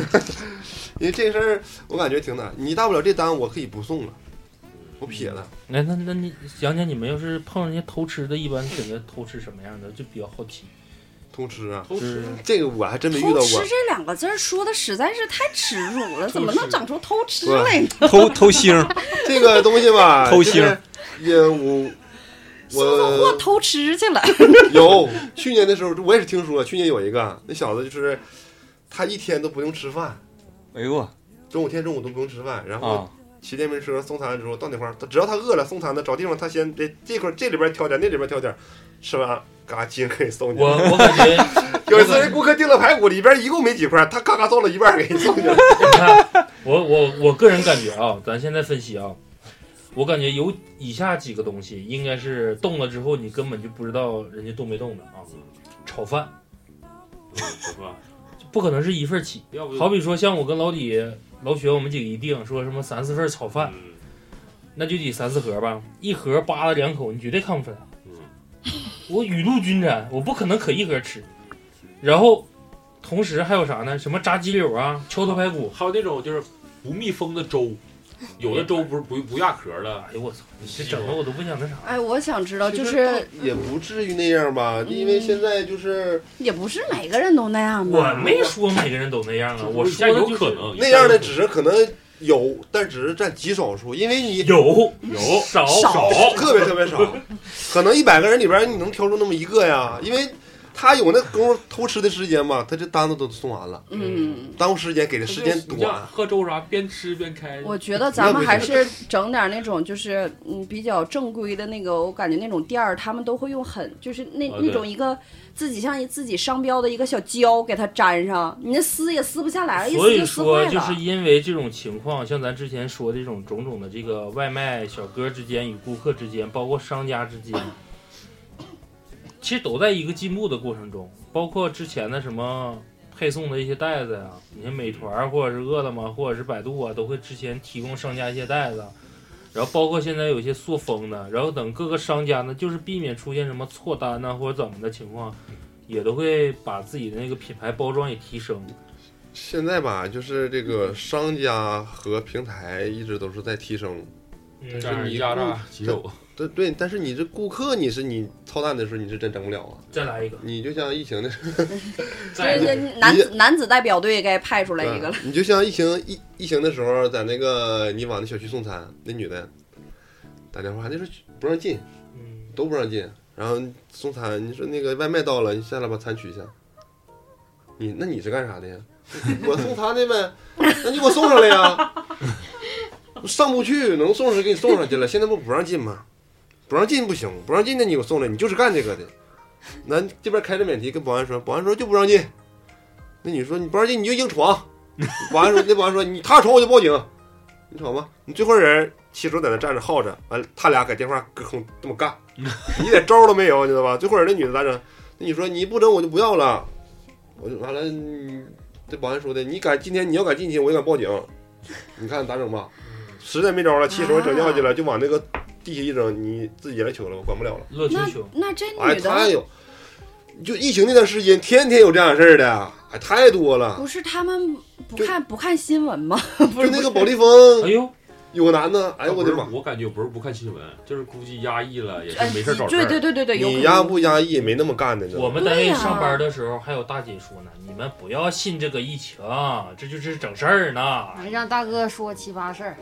J: 因为这事儿我感觉挺难，你大不了这单我可以不送了，我撇
D: 嗯
J: 了。
A: 那那那你讲讲你们要是碰上人家偷吃的，一般选择偷吃什么样的？就比较好奇。
J: 偷吃啊，
A: 偷吃
J: 这个我还真没遇
F: 偷
J: 到
F: 吃
J: 过。
F: 这两个字儿说的实在是太耻辱了，怎么能长出偷吃
J: 不
F: 来呢？
D: 偷偷腥儿，
J: 这个东西吧，
D: 偷腥儿
J: 就是也我
F: 我
J: 我
F: 偷吃去了。
J: 有去年的时候，我也是听说，去年有一个那小子就是他一天都不用吃饭，
D: 哎呦，
J: 中午天中午都不用吃饭，然后
D: 啊
H: 骑电瓶车送餐之后到哪块儿，他只要他饿了送餐的，找地方他先这这块儿这里边挑点，那里边挑点，吃完嘎亲给你送去。
A: 我我感觉
H: 有一次人顾客订了排骨，里边一共没几块，他嘎嘎造了一半儿给你送去了。
A: 我我我个人感觉啊，咱现在分析啊，我感觉有以下几个东西应该是动了之后你根本就不知道人家动没动的啊，炒饭，
C: 是吧？
A: 不可能是一份起
C: 要不，就
A: 好比 说像我跟老李、老雪，我们几个一定说什么三四份炒饭，
C: 嗯
A: 那就得三四盒吧，一盒扒拉两口，你绝对看不出来。
C: 嗯
A: 我雨露均沾，我不可能可一盒吃。然后，同时还有啥呢？什么炸鸡柳啊，敲头排骨，
C: 还有那种就是不密封的粥，有的粥不是不不压壳的。哎
A: 呦我操！你这整的我都不想那啥。
F: 哎，我想知道，就
J: 其
F: 是
J: 也不至于那样吧，因为现在就是
F: 嗯也不是每个人都那样
A: 我
F: 吧。
A: 没说每个人都那样啊， 我说
C: 一
A: 的
C: 下有
A: 就是
C: 可能
J: 那样的，只是可能有，但只是占极少数，因为你
A: 有
C: 有
A: 嗯少
F: 少
J: 特别特别少，可能一百个人里边你能挑出那么一个呀，因为他有那功夫偷吃的时间嘛，他这单子都送完了，
F: 嗯，
J: 耽误时间给的时间
C: 你这
J: 短
C: 样，喝粥啥，边吃边开。
F: 我觉得咱们还是整点那种，就是嗯比较正规的那个，我感觉那种店儿他们都会用很就是那
C: 啊
F: 那
C: 对
F: 种一个自己像一自己商标的一个小胶给它粘上，你那撕也撕不下来了，一
A: 所
F: 撕
A: 以
F: 就撕坏
A: 说，
F: 了。
A: 就是因为这种情况，像咱之前说的这种种种的这个外卖小哥之间与顾客之间，包括商家之间，其实都在一个进步的过程中。包括之前的什么配送的一些袋子呀、你看美团或者是饿了么或者是百度啊，都会之前提供商家一些袋子。然后包括现在有一些塑封的，然后等各个商家呢，就是避免出现什么错单呐、或者怎么的情况，也都会把自己的那个品牌包装也提升。
J: 现在吧，就是这个商家和平台一直都是在提升，
A: 嗯
C: 但是压榨肌肉，
J: 对对，但是你这顾客你是你操蛋的时候你是真整不了啊，
A: 再来一个。
J: 你就像疫 情的时
F: 这这男 子男子代表队该派出来一个
J: 候
F: 了。，
J: 你就像疫情疫疫情的时候，在那个你往那小区送餐，那女的打电话，那时候不让进，
A: 嗯，
J: 都不让进，然后送餐，你说那个外卖到了，你下来把餐取一下，你那你是干啥的呀？ 我送餐的呗，那你给我送上来呀。上不去，能送是给你送上去了。现在不不让进吗？不让进不行，不让进那你给我送来，你就是干这个的。咱这边开着免提跟保安说，保安说就不让进。那你说你不让进你就硬闯，保安说那保安说你踏闯我就报警，你闯吧。你最后人骑手在那站着耗着，完了他俩搁电话搁空这么干，你一点招都没有，你知道吧？最后人那女的咋整？那你说你不整我就不要了，我就完了。你这保安说的，你敢今天你要敢进去，我就敢报警。你看咋整吧？实在没招了，骑手也整尿去了，就往那个地下一整，你自己来取了，我管不了了。
A: 乐
F: 那
A: 球球，
F: 那这
J: 哎，
F: 女
J: 太
F: 的
J: 有，就疫情那段时间，天天有这样的事儿的，哎，太多了。
F: 不是他们不
J: 就
F: 看不看新闻吗？
J: 就那个保利
A: 哎
J: 峰
A: 呦，
J: 有个男的，哎呦我的妈！
C: 我感觉啊不是不看新闻，就是估计压抑了，也是
F: 哎
C: 没事儿找事
F: 对对
C: 儿。
F: 对对对，有可
J: 你
F: 能
J: 压不压抑没那么干的，你知道吗
A: 我们单位
F: 对呀
A: 上班的时候还有大姐说呢，你们不要信这个疫情，这就是整事儿呢。
B: 哎让大哥说七八事儿，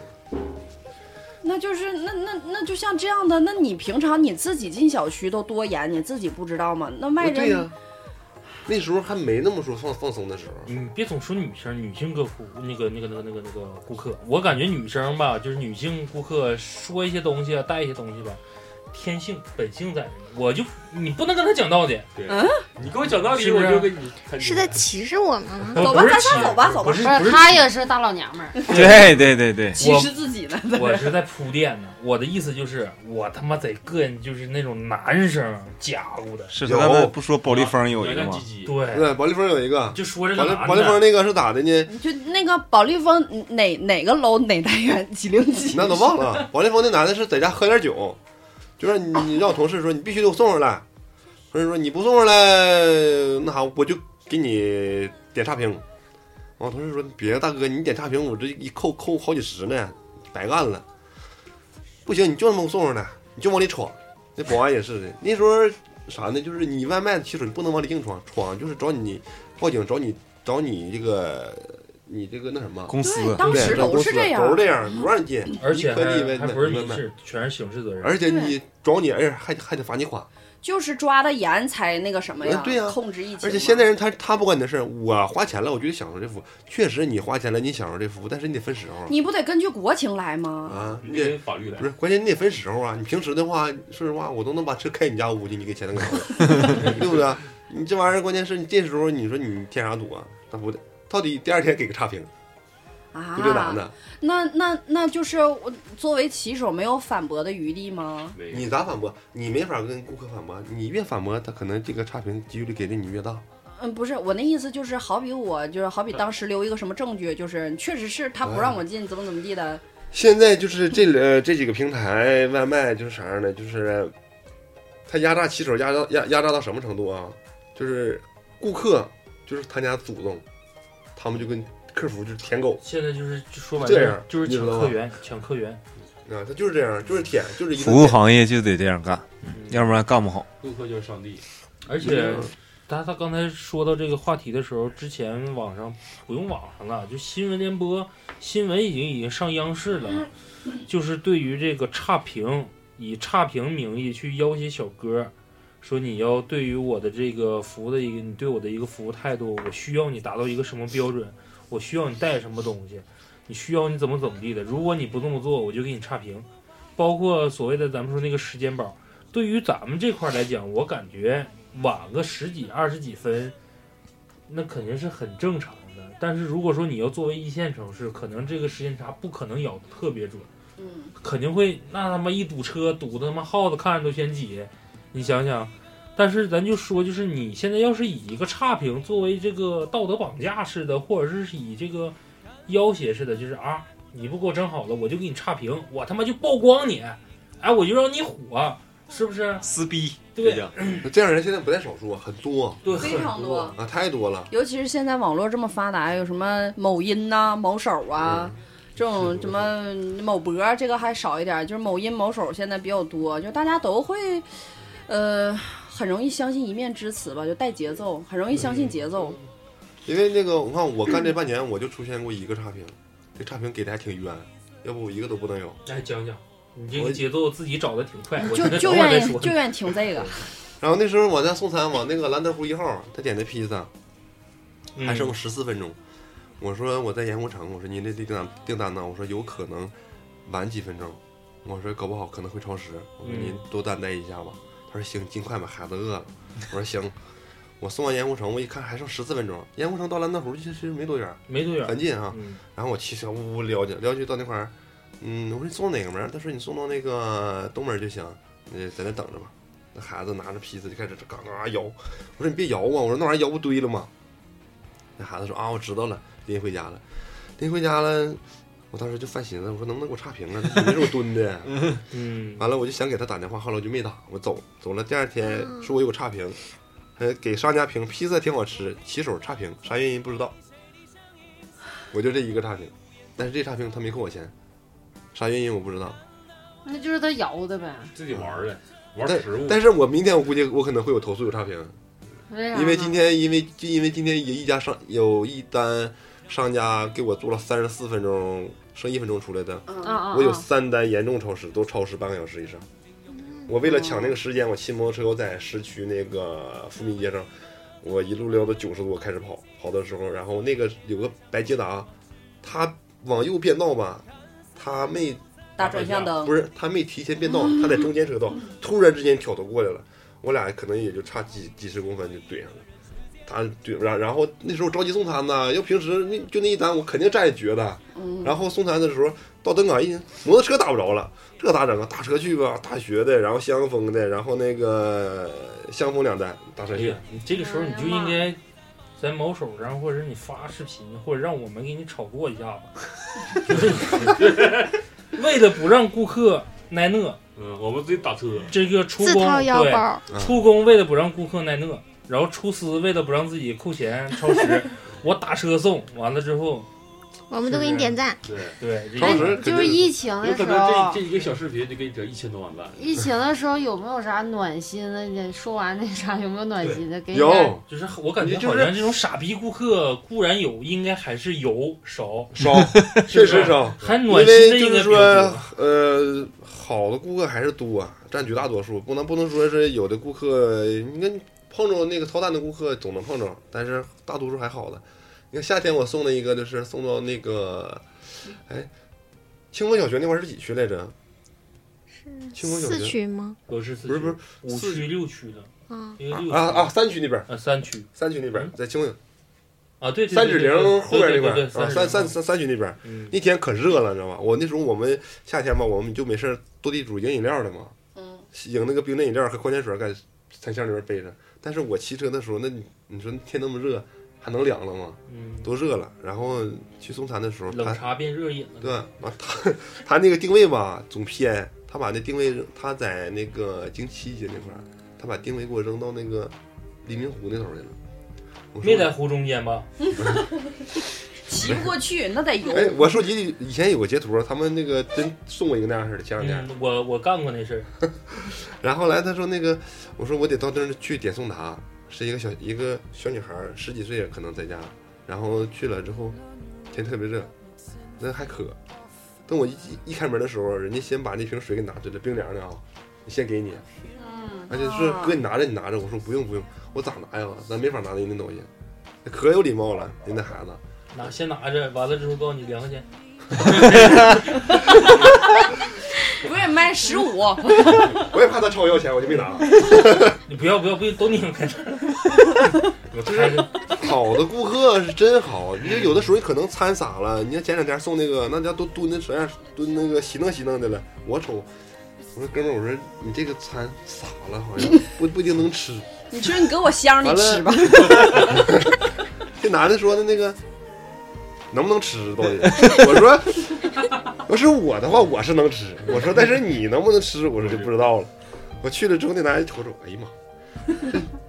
F: 那就是那那那就像这样的，那你平常你自己进小区都多严，你自己不知道吗？那外
J: 不对呀、
F: 人
J: 那时候还没那么说放放松的时候，
A: 你嗯别总说女生，女性客户那个那个那个那个那个顾客，我感觉女生吧，就是女性顾客说一些东西啊，带一些东西吧，天性本性在那里，我就你不能跟她讲道理，
F: 嗯
C: 你给我讲道理，
A: 是不
C: 我
A: 是
C: 就跟你看
E: 是在歧视我们吗？
F: 走吧
A: 我不是
F: 咱仨
A: 气
F: 走吧走吧
A: 不是
B: 不
A: 不
B: 是
A: 是
B: 他也是大老娘们儿，
D: 对对对对，
F: 歧视自己呢。
A: 我是在铺垫呢，我的意思就是我他妈在个人就是那种男生家务的，
D: 是
J: 有
D: 他们不说保
M: 啊
D: 利峰有一个
C: 软
D: 吗
C: 烂？鸡鸡
A: 对，
J: 对，保利峰有一个，
A: 就说这
J: 保
A: 个
J: 利
A: 男
J: 保利峰
A: 的，
J: 那个是咋的呢？
F: 就那个保利峰哪哪个楼哪单元几零几？
J: 那都忘了。保利峰那男的是在家喝点酒，就让你你让我同事说你必须得给我送上来，同事说你不送上来，那啥我就给你点差评。我同事说别大哥，你点差评我这一扣扣好几十呢，白干了。不行，你就这么给我送上来，你就往里闯。那保安也是的，那时候啥呢？就是你外卖的骑手你不能往里硬闯，闯就是找你报警，找你找你这个你这个那什么。
D: 公
F: 对，
D: 司
F: 当时
J: 对这
F: 都
J: 公
F: 是
J: 司
F: 样
J: 都是。这样，不让你进，
A: 而且
J: 你可以
A: 还
J: 问
A: 还不是
J: 你
A: 民
J: 问
A: 事，全是刑事责任。
J: 哎而且你找你，而且还还得罚你款，
F: 就是抓的严才那个什么呀，
J: 嗯对呀
F: 控制疫情嘛。
J: 而且现在人他他不管你的事儿，我花钱了，我就得享受这服务。确实你花钱了，你享受这服务，但是你得分时候啊
F: 你不得根据国情来吗？
J: 啊，你
C: 你得
J: 得
C: 法律来
J: 不。是，关键你得分时候啊！你平时的话，说实话，我都能把车开你家屋去，你给钱能给我，对不对？你这玩意儿，关键是你这时候你说你添啥堵啊？那不得，到底第二天给个差评，
F: 啊，
J: 就这男的，
F: 那那那就是我作为骑手没有反驳的余地吗？
J: 你咋反驳？你没法跟顾客反驳，你越反驳，他可能这个差评几率给的你越大。
F: 嗯，不是，我那意思就是，好比我就是好比当时留一个什么证据，就是确实是他
A: 嗯
F: 不让我进，怎么怎么地的。
J: 现在就是这呃这几个平台外卖就是啥样的，就是它压榨骑手压榨压压榨到什么程度啊？就是顾客就是他家祖宗，他们就跟客服就是舔狗
A: 现在就是就说白
J: 这
A: 了
J: 样，
A: 就是
J: 你知
A: 抢
J: 道吧
A: 客源，抢客源。
J: 啊，他就是这样，就是舔，就是一顿
D: 服务
J: 舔
D: 行业就得这样干，
M: 嗯
D: 要不然干不好。
C: 顾客就是上帝，
A: 而且他他刚才说到这个话题的时候，之前网上不用网上了，就新闻联播新闻已经已经上央视了， 就是对于这个差评，以差评名义去要挟小哥，说你要对于我的这个服务的一个，你对我的一个服务态度，我需要你达到一个什么标准，我需要你带什么东西，你需要你怎么怎么地的，如果你不这么做，我就给你差评，包括所谓的咱们说那个时间宝。对于咱们这块儿来讲，我感觉晚个十几、二十几分，那肯定是很正常的。但是如果说你要作为一线城市，可能这个时间差不可能咬得特别准，
F: 嗯，
A: 肯定会那他妈一堵车堵的他妈耗子看着都嫌挤，你想想。但是咱就说，就是你现在要是以一个差评作为这个道德绑架似的，或者是以这个要挟似的，就是啊，你不给我整好了，我就给你差评，我他妈就曝光你，哎，我就让你火，是不是？
M: 撕逼，
A: 对
M: 这叫
J: 这样人现在不在少数，啊很多
A: 对，
F: 非
A: 很
F: 常多
J: 啊，太多了。
F: 尤其是现在网络这么发达，有什么某音呐、某手啊，
A: 嗯
F: 这种什么某博啊，这个还少一点，就是某音、某手现在比较多，就大家都会，呃，很容易相信一面之词吧，就带节奏，很容易相
A: 嗯
F: 信节奏。
J: 因为那个，我看我干这半年，我就出现过一个差评，这差评给的还挺冤，要不我一个都不能有。
A: 来哎讲讲，你这个节奏自己找的挺快，我
F: 就
A: 觉得
F: 就
A: 等会儿再
F: 愿意
A: 说
F: 就愿意听这个，
J: 然后那时候我在送餐，往那个兰德湖一号，他点的披萨，
A: 嗯
J: 还剩十四分钟。我说我在盐湖城，我说您这订单订单呢？我说有可能晚几分钟，我说搞不好可能会超时。我说
A: 嗯
J: 您多担待一下吧。他说行，尽快吧，孩子饿了。我说行。我送完盐湖城，我一看还剩十四分钟，盐湖城到兰德湖其实没多远，
A: 没多远
J: 很
A: 儿。
J: 近啊。
A: 嗯，
J: 然后我骑车呜呜撩去，撩去到那块儿，嗯，我说你送哪个门儿？他说你送到那个东门儿就行，你在那等着吧。那孩子拿着披萨就开始嘎嘎摇，我说你别摇啊，我说那玩意儿摇不堆了吗？那孩子说啊，我知道了，拎回家了，拎回家了。我当时就犯寻思，我说能不能给我差评啊？这肯定是我蹲的。
A: 嗯，
J: 完了，我就想给他打电话，后来我就没打，我走走了。第二天说我有差评，呃，给商家评，披萨挺好吃，骑手差评，啥原因不知道。我就这一个差评，但是这差评他没扣我钱，啥原因我不知道。
B: 那就是他摇的呗。
C: 自己玩儿的，玩
J: 但
C: 食物。
J: 但是我明天我估计我可能会有投诉有差评，
B: 为啥呢
J: 因为今天因为就因为今天有一家商有一单商家给我做了三十四分钟，剩一分钟出来的，
B: 啊啊，
J: 我有
B: 啊
J: 三单严重超时，都超时半个小时以上。
B: 嗯
J: 我为了抢那个时间，我骑摩托车，我在市区那个富民街上，我一路撩到九十多开始跑，跑的时候，然后那个有个白捷达，他往右变道吧，他没
F: 打转向灯
J: 不。是他没提前变道，他在中间车道突然之间挑头过来了，我俩可能也就差几几十公分就怼上了。他怼然然后那时候着急送餐呢，要平时那就那一单我肯定占一绝的。
F: 嗯，
J: 然后送餐的时候到灯岗一摩托车打不着了，这咋整啊？大车去吧，大学的，然后香风的，然后那个香风两单，大车
A: 哎
J: 去
A: 呀。，你这个时候你就应该在某手上，或者是你发视频，或者让我们给你炒作 一下子，为了不让顾客挨饿，
C: 嗯，我们自己打车，
A: 这个出
E: 自
A: 工
E: 掏腰
A: 对
E: 包，
J: 嗯
A: 出工为了不让顾客挨饿，然后出师为了不让自己扣钱超时，我打车送完了之后，
E: 我们都给你点赞。
C: 对
A: 对
C: 超时
B: 哎就是疫情
C: 有
B: 的时
C: 可能
B: 候
C: 这，这一个小视频就给你整一千多万赞。
B: 疫情的时候有没有啥暖心的？你说完那啥，有没有暖心的？给你点
J: 有，
A: 就是我感觉好像这种傻逼顾客固然有，应该还是有少
J: 少
A: 是不
J: 确
A: 是
J: 实少，
A: 还暖心的
J: 因为就
A: 应该
J: 是
A: 比较
J: 说
A: 多。，
J: 呃，好的顾客还是多、啊，占绝大多数，不能不能说是有的顾客，你看碰着那个操蛋的顾客总能碰着，但是大多数还好的。你看夏天我送的一个就是送到那个，哎，清风小学那块儿是几区来着？清风小学
E: 四区吗？
A: 不是四
J: 不是不是
A: 五
J: 四
A: 区六区的，
B: 嗯
E: 啊
A: 因为六
J: 啊啊
A: 区
J: 三区那边，
A: 啊三区嗯
J: 三区那边在清风
A: 啊对对对
J: 三指零后边那块
A: 对对对
J: 儿啊，
A: 对指嗯
J: 三
A: 零
J: 三三三区那边儿，那天可热了，你知道吗？我那时候我们夏天嘛，我们就没事儿斗地主赢饮料的嘛，
F: 嗯，
J: 赢那个冰镇饮料和矿泉水儿在餐箱里边背着。但是我骑车的时候，那你你说天那么热，还能凉了吗？
A: 嗯，
J: 都热了。然后去送餐的时候，
A: 冷
J: 他
A: 茶变热饮了。
J: 啊对，完他他那个定位吧总偏，他把那定位扔他在那个经七街那块儿，他把定位给我扔到那个黎明湖那头儿去了。我说
A: 没在湖中间吧？
F: 骑不过去，那得游。
J: 哎，我手机里以前有个截图，他们那个真送我一个那样式的，前两天。
A: 嗯，我我干过那事儿。
J: 然后后来他说那个，我说我得到那儿去点送达，是一个小一个小女孩儿，十几岁可能在家。然后去了之后，天特别热，那还渴。等我一一开门的时候，人家先把那瓶水给拿出来，冰凉的啊，先给你。而且说
K: 啊
J: 哥，你拿着，你拿着。我说不用不用，我咋拿呀？咱没法拿人家东西，可有礼貌了，人那孩子。
A: 拿先拿着，完了之后告诉你两块钱。
F: 不是卖十 五，
J: 我也怕他朝我要钱，我就没拿。
A: 你不要不要不要，都 拧开。我开着
J: 好的顾客是真好，你就有的时候你可能掺洒了。你像前两天送那个，那家都蹲那啥样，蹲那个稀弄稀弄的了。我瞅，我说哥们儿，我说你这个掺洒了，好像不不一定能吃。
F: 你说你搁我箱里
J: 完了
F: 吃 吧。
J: 这男的说的那个能不能吃到底？我说，要是我的话，我是能吃。我说，但是你能不能吃，我说就不知道了。我去了之后，那男人瞅瞅，哎呀妈，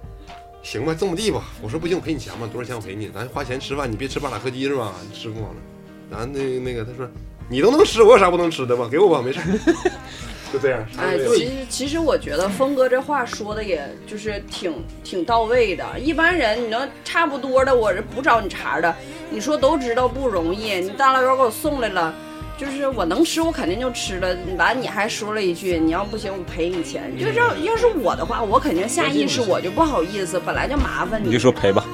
J: 行吧，这么地吧。我说不行，我赔你钱吧，多少钱我赔你，咱花钱吃饭，你别吃巴塔克鸡是吧？你吃不完了。然后那那个他说，你都能吃，我有啥不能吃的吧？给我吧，没事儿。 就这样，啥
F: 哎，
J: 也没有
F: 其实其实我觉得峰哥这话说的也就是挺挺到位的。一般人你能差不多的，我是不找你茬儿的。你说都知道不容易，你大老远给我送来了，就是我能吃我肯定就吃了。完你还说了一句，你要不行我赔你钱。就是要要是我的话，我肯定下意识我就不好意思，本来就麻烦
D: 你就说赔吧。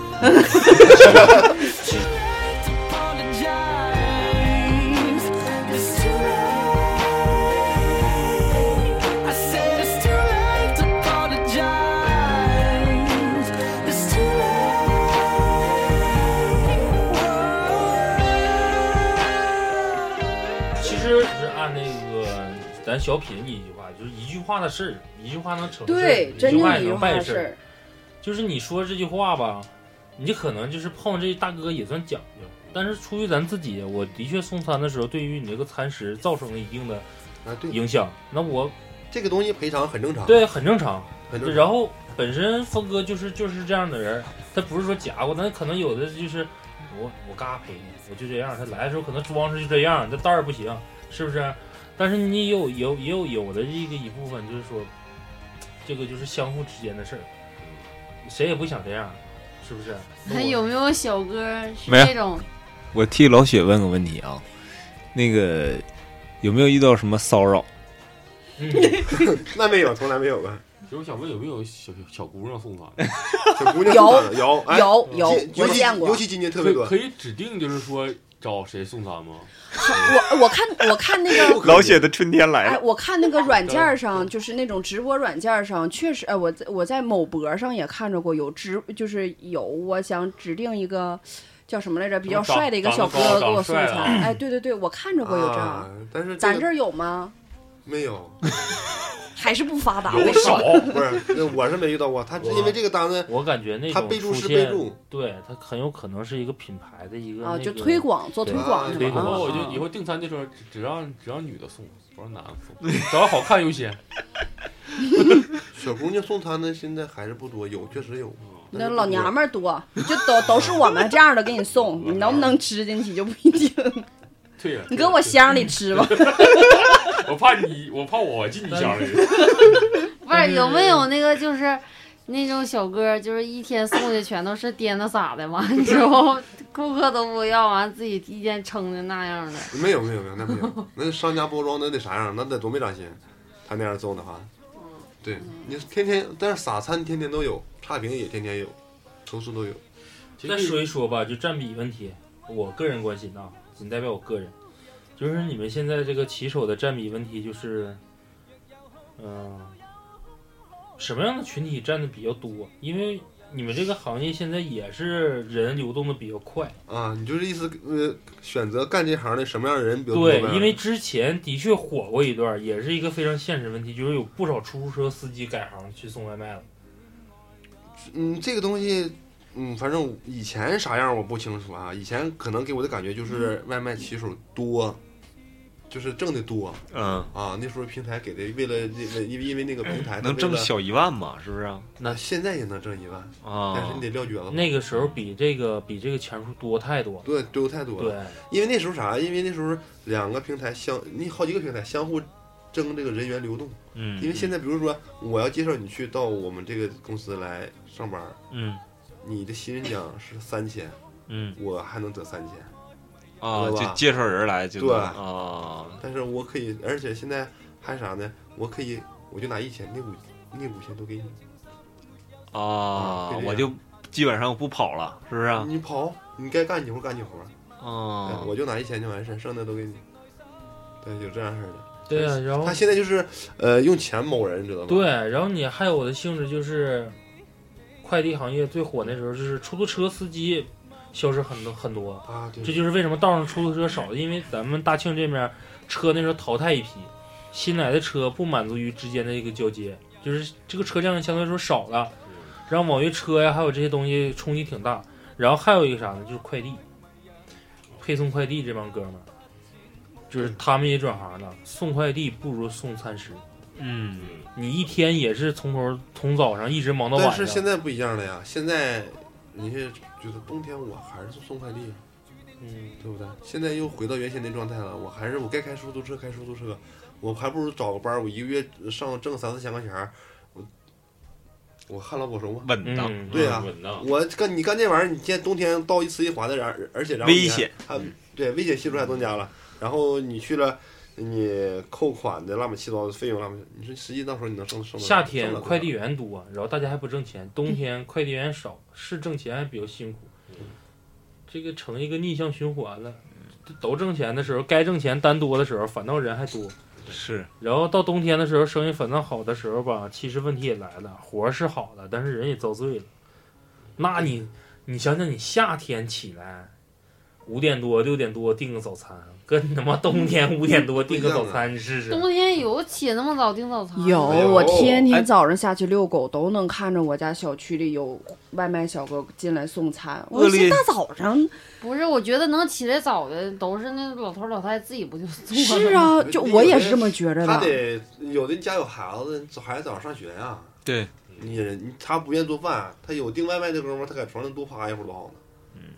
A: 其实是按那个咱小品里一句话，就是一句话的事儿，一句话能成事儿
F: 对，
A: 一
F: 真
A: 句
F: 正
A: 话
F: 一
A: 也
F: 句
A: 能
F: 话
A: 办
F: 的
A: 事
F: 事
A: 儿。
F: 儿。
A: 就是你说这句话吧，你可能就是碰这大哥也算讲究，但是出于咱自己，我的确送餐的时候，对于你这个餐食造成了一定的
J: 啊，对，
A: 影响，那我
J: 这个东西赔偿很正常，
A: 对很正常。
J: 很正常。
A: 啊然后本身峰哥就是就是这样的人儿，他不是说假过，但可能有的就是我我嘎陪你，我就这样。他来的时候可能装是就这样，这道儿不行，是不是？但是你也有也有也有有的这个一部分就是说，这个就是相互之间的事儿，谁也不想这样，是不是？啊
B: 那有没有小哥是
D: 没有
B: 这种？
D: 我替老雪问个问题啊，那个有没有遇到什么骚扰？
A: 嗯，
J: 那没有，从来没有吧？
C: 就是我想问有没有小小姑娘送餐，
J: 小姑娘
F: 有
J: 有哎
F: 有有
J: 今，
F: 我
J: 尤其
F: 见过
J: 尤。其今年特
C: 可
J: 别
C: 以
J: 多
C: 可。以指定就是说找谁送餐吗？
F: 我我看我看那个
D: 老雪的春天来
F: 哎，
D: 了，
F: 我看那个软件儿上，就是那种直播软件儿上，确实，哎，我在我在某博上也看着过有直，就是有我想指定一个叫什么来着，比较帅的一个小哥
C: 长
F: 给
C: 长
F: 我
C: 得
F: 送
C: 帅啊
F: 餐。哎，对对对，我看着过有这样
J: 啊，，但是
F: 咱
J: 个
F: 这儿有吗？
J: 没有，
F: 还是不发达
C: 有
F: 呗。
C: 少，
J: 不是，那我是没遇到过。哦他是因为这个单子，
A: 我感觉那
J: 他
A: 种
J: 备注
A: 出
J: 是
A: 现
J: 备注
A: 对他很有可能是一个品牌的一个、
F: 啊，
A: 那
F: 就
A: 个
F: 推广 做推广是
A: 推
F: 吧？
A: 广
C: 然后我
F: 啊
C: 就以后订餐的时候只只让只让女的送，不让男的送，找个好 看优先。
J: 小姑娘送餐的现在还是不多，有确实有，
C: 嗯
F: 那老娘们儿多，就都都是我们这样的给 你送，你能不能吃进去就不一定。
C: 对呀，
F: 你搁我箱里 吃吧。
C: 我怕你，我怕我进你箱里。
B: 不是有没有那个就是那种小哥，就是一天送的全都是颠的撒的 完之后，顾客都不要，完自己一天撑的那样的。
J: 没有没有没有，那没有，那商家包装的那啥样，那得多没良心。他那样送的话，
F: 嗯
J: 对你天天，但是撒餐天天都有，差评也天天有，投诉都有。
A: 再说一说吧，就占比问题，我个人关心啊，仅代表我个人，就是你们现在这个骑手的占比问题，就是，嗯、什么样的群体占的比较多？因为你们这个行业现在也是人流动的比较快，
J: 啊，你就是意思呃，选择干这行的什么样的人比较多
A: 对
J: 呗？，
A: 因为之前的确火过一段，也是一个非常现实问题，就是有不少出租车司机改行去送外卖了。
J: 嗯，这个东西，嗯，反正以前啥样我不清楚啊。以前可能给我的感觉就是
A: 嗯
J: 外卖骑手多，就是挣的多。
M: 嗯
J: 啊，那时候平台给的，为了为因为因为那个平台
M: 哎能挣小一万嘛，是不啊是？
J: 那现在也能挣一万
M: 啊
J: 但是你得撂蹶子。
A: 那个时候比这个比这个钱数多太多了。
J: 对，多太多了。因为那时候啥？因为那时候两个平台相，你好几个平台相互争这个人员流动。
M: 嗯
J: 因为现在比如说我要介绍你去到我们这个公司来上班，
M: 嗯，
J: 你的新人奖是三千，
M: 嗯，
J: 我还能得三千。
M: 啊，
J: 对吧
M: 就介绍人来就
J: 对
M: 能啊，
J: 但是我可以，而且现在还啥呢？我可以，我就拿一千，那五那五千都给你。
M: 啊
J: 对，这
M: 我
J: 样
M: 就基本上不跑了，是不是啊？
J: 你跑，你该干你活干你活。
M: 啊
J: 哎我就拿一千就完事儿，剩的都给你。对，有这样式儿的。
A: 对啊
J: 但是
A: 然后
J: 他现在就是呃用钱某人，你知道吗？
A: 对，然后你还有的性质就是，快递行业最火那时候就是出租车司机消失很多很多
J: 啊，对
A: 这就是为什么道上出租车少，因为咱们大庆这边车那时候淘汰一批，新来的车不满足于之间的一个交接，就是这个车辆相对来说少了，然后网约车呀还有这些东西冲击挺大，然后还有一个啥呢，就是快递，配送快递这帮哥们儿。就是他们也转行了，送快递不如送餐食。
M: 嗯，
A: 你一天也是从头从早上一直忙到晚
J: 但
A: 上。
J: 是现在不一样了呀，现在你是觉得冬天我还是送快递，啊
A: 嗯，
J: 对不对？现在又回到原先的状态了，我还是我该开出租车开出租车，我还不如找个班儿，我一个月上挣三四千块钱儿，我我旱涝保收嘛，
M: 稳当嗯
J: 对呀、
M: 稳当
J: 我干你干这玩意儿，你现在冬天到一呲一滑的，然而且然后你
M: 危险
J: 还还
A: 嗯
J: 对危险系数还增加了，然后你去了。你扣款的乱七八糟的费用，乱七八糟，你说实际到时候你能挣挣
A: 夏天
J: 快。
A: 快递员多，然后大家还不挣钱；冬天快递员少，是挣钱还比较辛苦，
J: 嗯
A: 这个成一个逆向循环了。都挣钱的时候，该挣钱单多的时候，反倒人还多。
M: 是，
A: 然后到冬天的时候，生意反倒好的时候吧，其实问题也来了，活儿是好了，但是人也遭罪了。那你，你想想，你夏天起来五点多、六点多订个早餐，跟他妈冬天五点多订个早餐，你试试。
B: 冬天有起那么早订早餐？
F: 有，我天天早上下去遛狗，都能看着我家小区里有外卖小哥进来送餐。我
B: 恶
F: 一
B: 劣嗯
F: 大早上，
B: 不是，我觉得能起来早的都是那老头儿老太太自己不就做了吗？
F: 是啊就我也是这么觉着的
J: 他得有的家有孩子，孩子早上上学呀、
M: 对，
J: 你你他不愿意做饭，他有订外卖这功夫，他在床上多趴一会儿多好呢。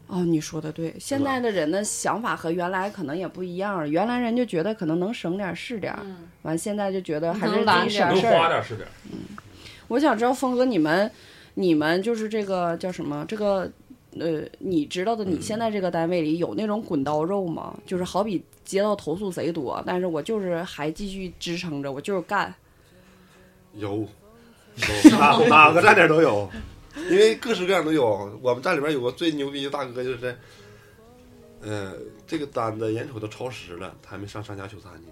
F: 哦，你说的对，现在的人的想法和原来可能也不一样了。原来人就觉得可能能省点儿是点儿，
B: 嗯
F: 完现在就觉得还是
B: 能
F: 自
B: 懒
F: 己
B: 点
F: 省
B: 儿
F: 事
C: 花
F: 儿。
C: 点是点。
F: 我想知道峰哥，你们你们就是这个叫什么？这个呃，你知道的，你现在这个单位里有那种滚刀肉吗？就是好比接到投诉贼多，但是我就是还继续支撑着，我就是干。
J: 有，有 哪哪个站点都有，因为各式各样都有。我们站里边有个最牛逼的大哥就是，呃，这个单子眼瞅都超时了，他还没上商家取餐去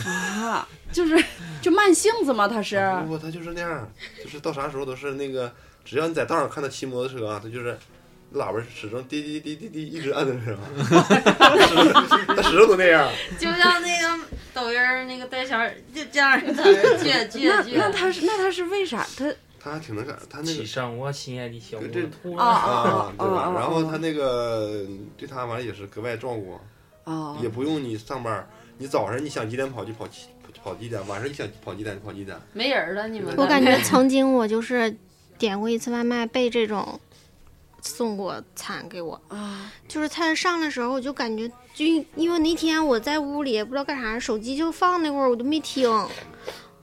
J: 呢。
F: 啊，就是就慢性子嘛，他是。
J: 不不，他就是那样，就是到啥时候都是那个，只要你在道上看他骑摩托车啊，他就是喇叭始终滴滴滴滴滴一直按在那上， 他始终都那样。
B: 就像那个抖音儿那个带小耳就这样的倔
F: 那
B: 倔倔。
F: 那他是那他是为啥他？
J: 他还挺能干，他那个
A: 骑上我心爱的小摩托
F: 啊
J: 啊
F: 啊，
J: 对
F: 啊
J: 吧
F: 啊？
J: 然后他那个对他完了也是格外照顾，
F: 哦
J: 也不用你上班，你早上你想几点跑就跑几跑几点，晚上你想跑几点就跑几点。
B: 没人了，你们
E: 我感觉曾经我就是点过一次外卖，被这种送过餐给我
F: 啊，
E: 就是他上来的时候，我就感觉就因为那天我在屋里也不知道干啥，手机就放那会儿，我都没听，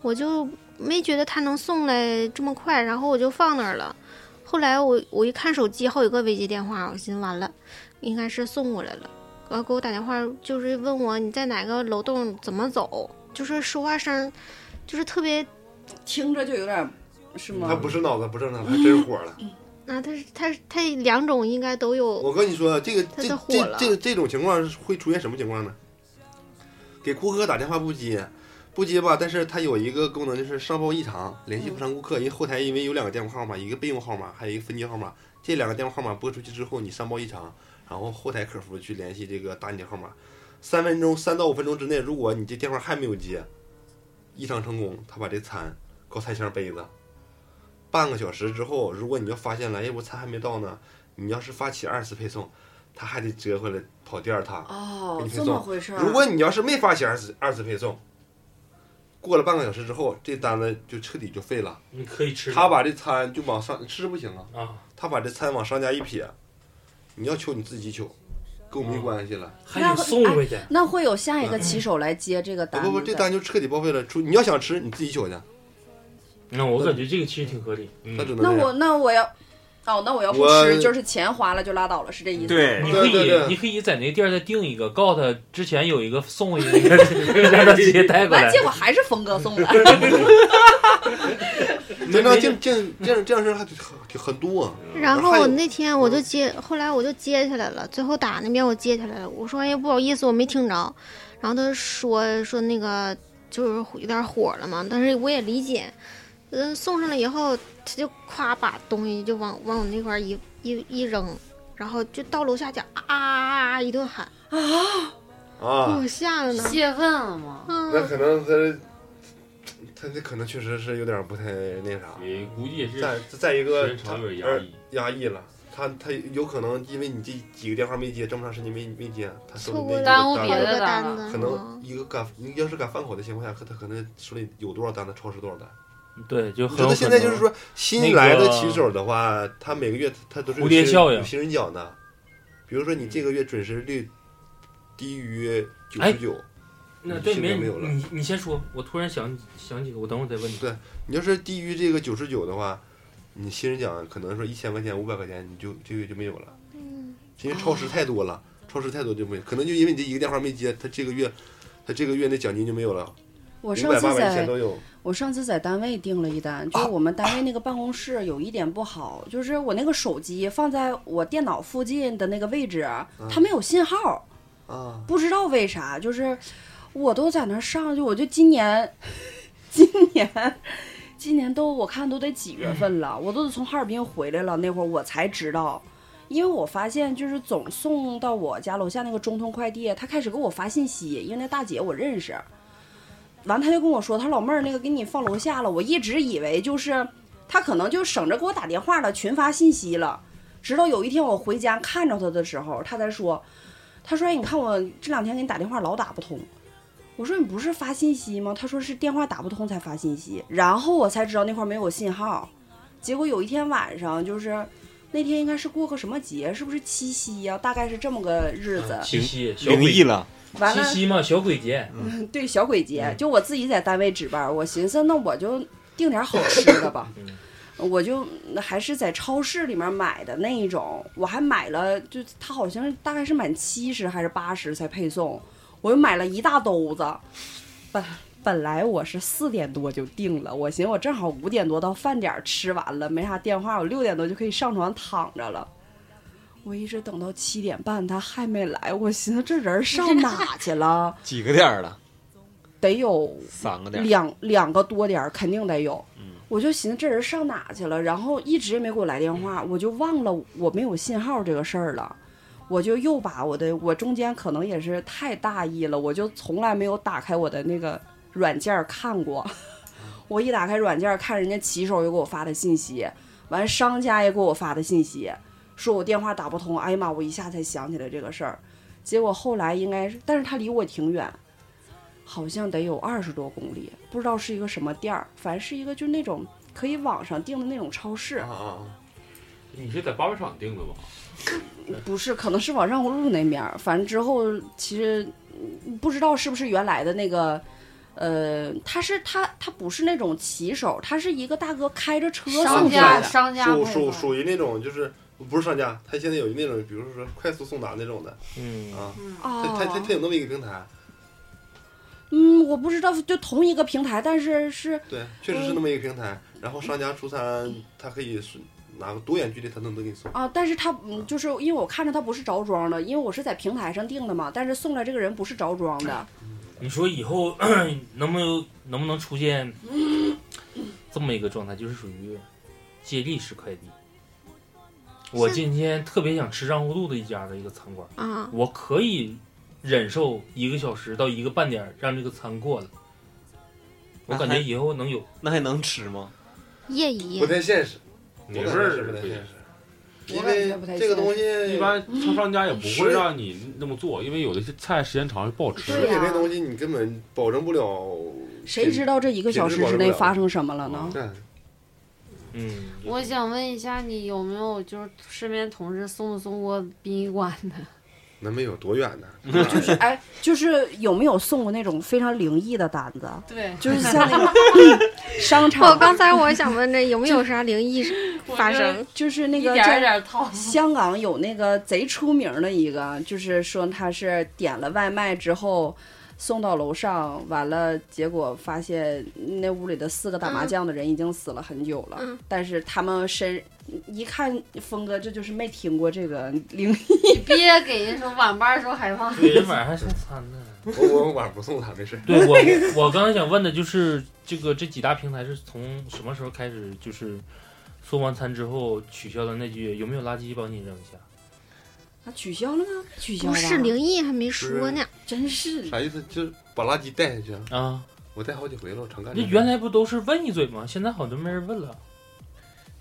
E: 我就没觉得他能送来这么快，然后我就放那儿了。后来我我一看手机好几个未接电话，我寻思完了，应该是送过来了。然后给我打电话就是问我你在哪个楼栋怎么走，就是说话声，就是特别
F: 听着就有点是吗？
J: 他嗯不是脑子不正常，他真火了。
E: 啊，他是他是他两种应该都有。
J: 我跟你说，啊这个
E: 他
J: 这
E: 他火
J: 这
E: 了
J: 这这种情况是会出现什么情况呢？给顾客打电话不接，不接吧，但是他有一个功能就是上报异常，联系不上顾客，因为后台因为有两个电话号码，一个备用号码，还有一个分机号码，这两个电话号码拨出去之后，你上报异常，然后后台客服去联系这个打你的号码，三分钟三到五分钟之内，如果你这电话还没有接，异常成功，他把这餐给我拆箱杯子。半个小时之后，如果你要发现了，哎，我餐还没到呢，你要是发起二次配送，他还得折回来跑第二趟。
F: 哦
J: 给你配
F: 这
J: 送
F: 么回事儿
J: 如果你要是没发起二次二次配送，过了半个小时之后，这单子就彻底就废了。
A: 你可以吃
J: 他把这餐就往上吃不行啊，
A: 啊
J: 他把这餐往商家一撇，你要求你自己求，跟
A: 啊
J: 我没关系了。
F: 那会哎那会有下一个骑手来接这个单子。
J: 不不，这单就彻底报废了。出你要想吃，你自己求去。
A: 那我感觉这个其实挺合理。嗯
J: 那只能
F: 那
J: 这样
F: 我那我要，哦，那我要不
A: 我
F: 吃，就是钱花了就拉倒了，是这意思吗？
A: 你可
J: 对对
A: 以，你可以在那店儿再订一个，告诉他之前有一个 送回去的，让
J: 哎
A: 他直接带过来
F: 哎完，。结果还是峰哥送 的。
J: 真正这这这样这样事儿还挺挺很多、啊。
E: 然后
J: 还
E: 我
J: 有嗯
E: 那天我就接，后来我就接起来了，最后打那边我接起来了，我说哎不好意思，我没听着。然后他说说那个就是有点火了嘛，但是我也理解，嗯，送上来以后他就夸把东西就往往我那块儿一一一扔，然后就到楼下就啊啊啊啊一顿喊啊，给
J: 啊
E: 我，吓的呢，嗯
B: 泄愤了吗？
E: 啊
J: 那可能他他这可能确实是有点不太那啥，
C: 你估计也是
J: 再再一个
C: 时间
J: 他
C: 长有点压
J: 呃
C: 抑
J: 压抑了。他他有可能因为你这几个电话没接，这么长时间没没接，他手里
E: 错
J: 那
E: 过
J: 个
E: 耽误
J: 单
E: 别
J: 子
E: 的单子
J: 可
E: 嗯
J: 能一个赶，你要是赶饭口的情况下，他可能手里有多少单子超时多少单。
A: 对，就
J: 我
A: 很
J: 觉
A: 有
J: 得现在
A: 可
J: 就
A: 能
J: 是说新来的骑
A: 那
J: 手的话，他每个月他都是有
A: 蝴蝶
J: 新
A: 效应
J: 有新人奖的。比如说你这个月准时率低于九
A: 哎
J: 十九，
A: 那
J: 你
A: 对
J: 嗯新
A: 没
J: 人没有了。
A: 你你先说，我突然想想几个，我等会儿再问你。
J: 对你要是低于这个九十九的话，你新人奖可能说一千块钱、五百块钱，你就这个月就没有了。
E: 嗯，
J: 因为超时太多了，超时太多就没有，可能就因为你这一个电话没接，他这个月他这个月那奖金就没有了。
F: 我
J: 五
F: 上
J: 百、
F: 次
J: 八百、一
F: 在
J: 千都有。啊
F: 我上次在单位订了一单，就是我们单位那个办公室有一点不好，就是我那个手机放在我电脑附近的那个位置，
J: 嗯
F: 它没有信号，
J: 啊，
F: 不知道为啥，就是我都在那儿上，就我就今年， 今年。今年都我看都得几月份了，我都得从哈尔滨回来了，那会儿我才知道，因为我发现就是总送到我家楼下那个中通快递，他开始给我发信息，因为那大姐我认识，完他就跟我说，他说老妹儿那个给你放楼下了，我一直以为就是他可能就省着给我打电话了，群发信息了，直到有一天我回家看着他的时候，他才说，他说哎你看我这两天给你打电话老打不通。我说你不是发信息吗？他说是电话打不通才发信息，然后我才知道那块儿没有信号。结果有一天晚上，就是那天应该是过个什么节，是不是七夕呀、大概是这么个日子。
A: 啊七夕小
M: 灵
A: 鬼
M: 异了，嗯
F: 完
A: 七
F: 了
A: 夕嘛，小鬼节。
F: 对，小鬼节，就我自己在单位值班，我寻思那我就订点好吃的吧， 我就还是在超市里面买的那一种，我还买了，就它好像大概是满七十还是八十才配送，我又买了一大兜子，本本来我是四点多就定了，我寻思我正好五点多到饭点儿吃完了，没啥电话，我六点多就可以上床躺着了。我一直等到七点半，他还没来，我寻思这人儿上哪去了？
M: 几个点儿了？
F: 得有
M: 三个点儿。
F: 两两个多点儿，肯定得有。
D: 嗯
F: 我就寻思这人上哪去了，然后一直也没给我来电话，
M: 嗯
F: 我就忘了我没有信号这个事儿了。我就又把我的，我中间可能也是太大意了，我就从来没有打开我的那个软件儿看过。
M: 嗯
F: 我一打开软件儿看，人家骑手又给我发的信息，完商家也给我发的信息，说我电话打不通。哎呀妈，我一下才想起来这个事儿。结果后来应该是，但是他离我挺远，好像得有二十多公里，不知道是一个什么店儿，反正是一个就那种可以网上订的那种超市。
C: 你是在八百场订的吧？
F: 不是，可能是往上湖路那边儿，反正之后其实嗯不知道是不是原来的那个，呃，他是他他不是那种骑手，他是一个大哥开着车送过来的，
J: 属属属于那种就是不是商家，他现在有那种，比如说快速送达那种的，
A: 嗯
J: 啊，
F: 哦
J: 他他他他有那么一个平台，
F: 嗯，我不知道，就同一个平台，但是是
J: 对，确实是那么一个平台。然后商家出餐，他可以是哪个多远距离他都能给你送。
F: 啊，但是他嗯就是因为我看着他不是着装的，因为我是在平台上订的嘛，但是送来这个人不是着装的，
A: 你说以后 能不能能不能出现这么一个状态，就是属于接力式快递？我今天特别想吃让胡渡的一家的一个餐馆，
E: 啊
A: 我可以忍受一个小时到一个半点儿让这个餐过来。我感觉以后能有，
M: 那还能吃吗？
E: 业余
J: 不太现实，
C: 你
J: 我
C: 是
J: 感觉是不太现实。因为这个东西
C: 一般超商家也不
J: 是
C: 会让你那么做，因为有的是菜时间长就不好吃。
J: 食品这东西你根本保证不了。
F: 谁知道这一个小时之内发生什么了呢？
J: 对，
A: 嗯，
B: 我想问一下，你有没有就是身边同事送没送过殡仪馆的？
J: 那没有多远 呢？
F: 就是哎，就是有没有送过那种非常灵异的单子？
B: 对
F: 就是像那个 商场。
E: 我刚才我想问这有没有啥 灵异事发生？
F: 就是那个
E: 一点儿
F: 在
E: 一点儿套
F: 香港有那个贼出名的一个，就是说他是点了外卖之后送到楼上，完了结果发现那屋里的四个打麻将的人已经死了很久了，
E: 嗯
F: 但是他们身一看峰哥这就是没听过这个灵异，
B: 你别给人说晚班儿时候害怕。
A: 给人晚上还送餐呢。
J: 我我晚上不送他，没事。
A: 对我，我刚才想问的就是这个这几大平台是从什么时候开始就是送完餐之后取消的那句有没有垃圾帮你扔一下？
F: 啊，取消了吗？取消
E: 不是灵异还没说呢，
F: 真是
J: 啥意思？就是把垃圾带下去
A: 啊？
J: 我带好几回了，我常干这
A: 那
J: 事。
A: 原来不都是问一嘴吗？现在好像都没人问了。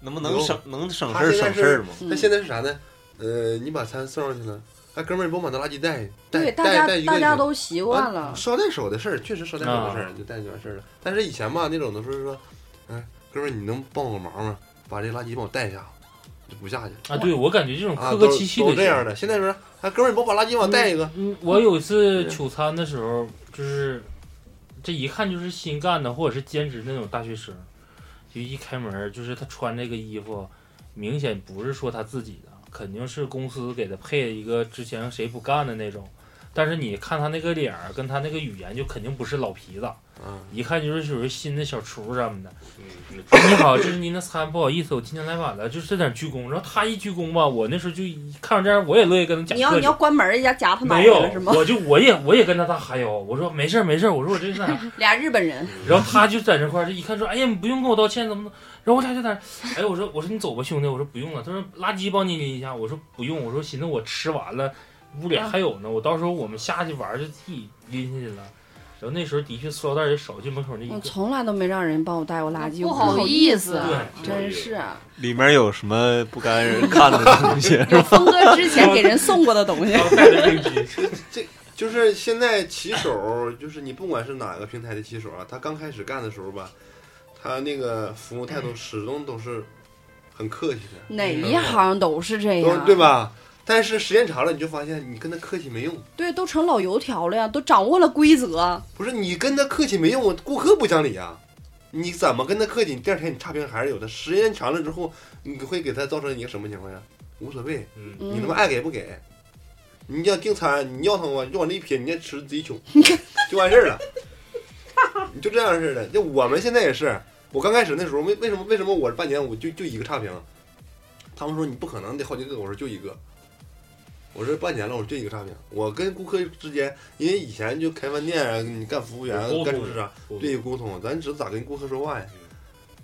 M: 能
J: 不
M: 能省能省
J: 他
M: 事儿
J: 现在
M: 省
J: 是
M: 事儿吗
F: 嗯
J: 他现在是啥呢？呃，你把餐送上去了，哎，哥们儿，你帮我把那垃圾带带
F: 对，大
J: 带
F: 家
J: 带一个
F: 大
J: 就
F: 家
J: 行
F: 都习惯了
J: 啊。捎带手的事儿，确实捎带手的事儿
A: 啊，
J: 就带就完事儿了。但是以前吧，那种都是说，哎，哥们儿，你能帮我忙吗？把这垃圾帮我带一下，就不下去了
A: 啊对我感觉这种
J: 啊
A: 客客
J: 都
A: 气气
J: 都
A: 的
J: 这
A: 事儿嗯
J: 样的。现在说，哎，哥们儿，你帮我把垃圾帮我带一个。
A: 我有一次取餐的时候，就是这一看就是新干的或者是兼职那种大学生，就一开门就是他穿这个衣服，明显不是说他自己的，肯定是公司给他配一个之前谁不干的那种。但是你看他那个脸儿，跟他那个语言，就肯定不是老皮子，
M: 嗯
A: 一看就是属于新的小厨什么的。 你好，这是您的餐，不好意思，我今天来晚了，就是这点鞠躬。然后他一鞠躬吧，我那时候就一看到这样，我也乐意跟他讲客气。
F: 你要你要关门儿，人家夹他买
A: 没有
F: 了是吗？，
A: 我就我也我也跟他大哈腰，我说没事儿没事儿，我说我这是在哪儿，
F: 俩日本人，
A: 然后他就在那块儿，这一看说，哎呀，你不用跟我道歉，怎么的？然后我俩就在那儿，哎，我说我说你走吧，兄弟，我说不用了。他说垃圾帮你拎一下，我说不用，我说寻思我吃完了，屋
F: 啊
A: 里还有呢，我到时候我们下去玩儿就自己拎下去了。然后那时候的确塑料袋也少，就门口那一
F: 我
A: 个。
F: 从来都没让人帮我带过垃圾，
B: 不
F: 我
B: 好
F: 好
B: 意
F: 思
B: 思，
F: 真是。啊
M: 里面有什么不该人看的东西？是吧？
F: 峰 哥 之前给人送过的东西，
J: 就是现在骑手，就是你不管是哪个平台的骑手啊，他刚开始干的时候吧，他那个服务态度始终都是很客气的，嗯
F: 哪一行都是这
J: 都是
F: 样，
J: 对？吧？但是时间长了，你就发现你跟他客气没用，
F: 对，都成老油条了呀，都掌握了规则。
J: 不是你跟他客气没用，顾客不讲理啊！你怎么跟他客气？你第二天你差评还是有的。时间长了之后，你会给他造成一个什么情况呀？无所谓，你他妈爱给不给？你要订餐，你要他妈你就往这一撇，你再吃自己穷， 就完事儿了。你就这样似的。就我们现在也是，我刚开始那时候为为什么为什么我半年我就就一个差评？他们说你不可能得好几个，我说就一个。我这半年了，我就一个差评。我跟顾客之间，因为以前就开饭店啊，你干服务员啊
C: 有沟通，
J: 干厨师啊
C: 沟，通嗯
J: 对有沟通，咱知道咋跟顾客说话呀。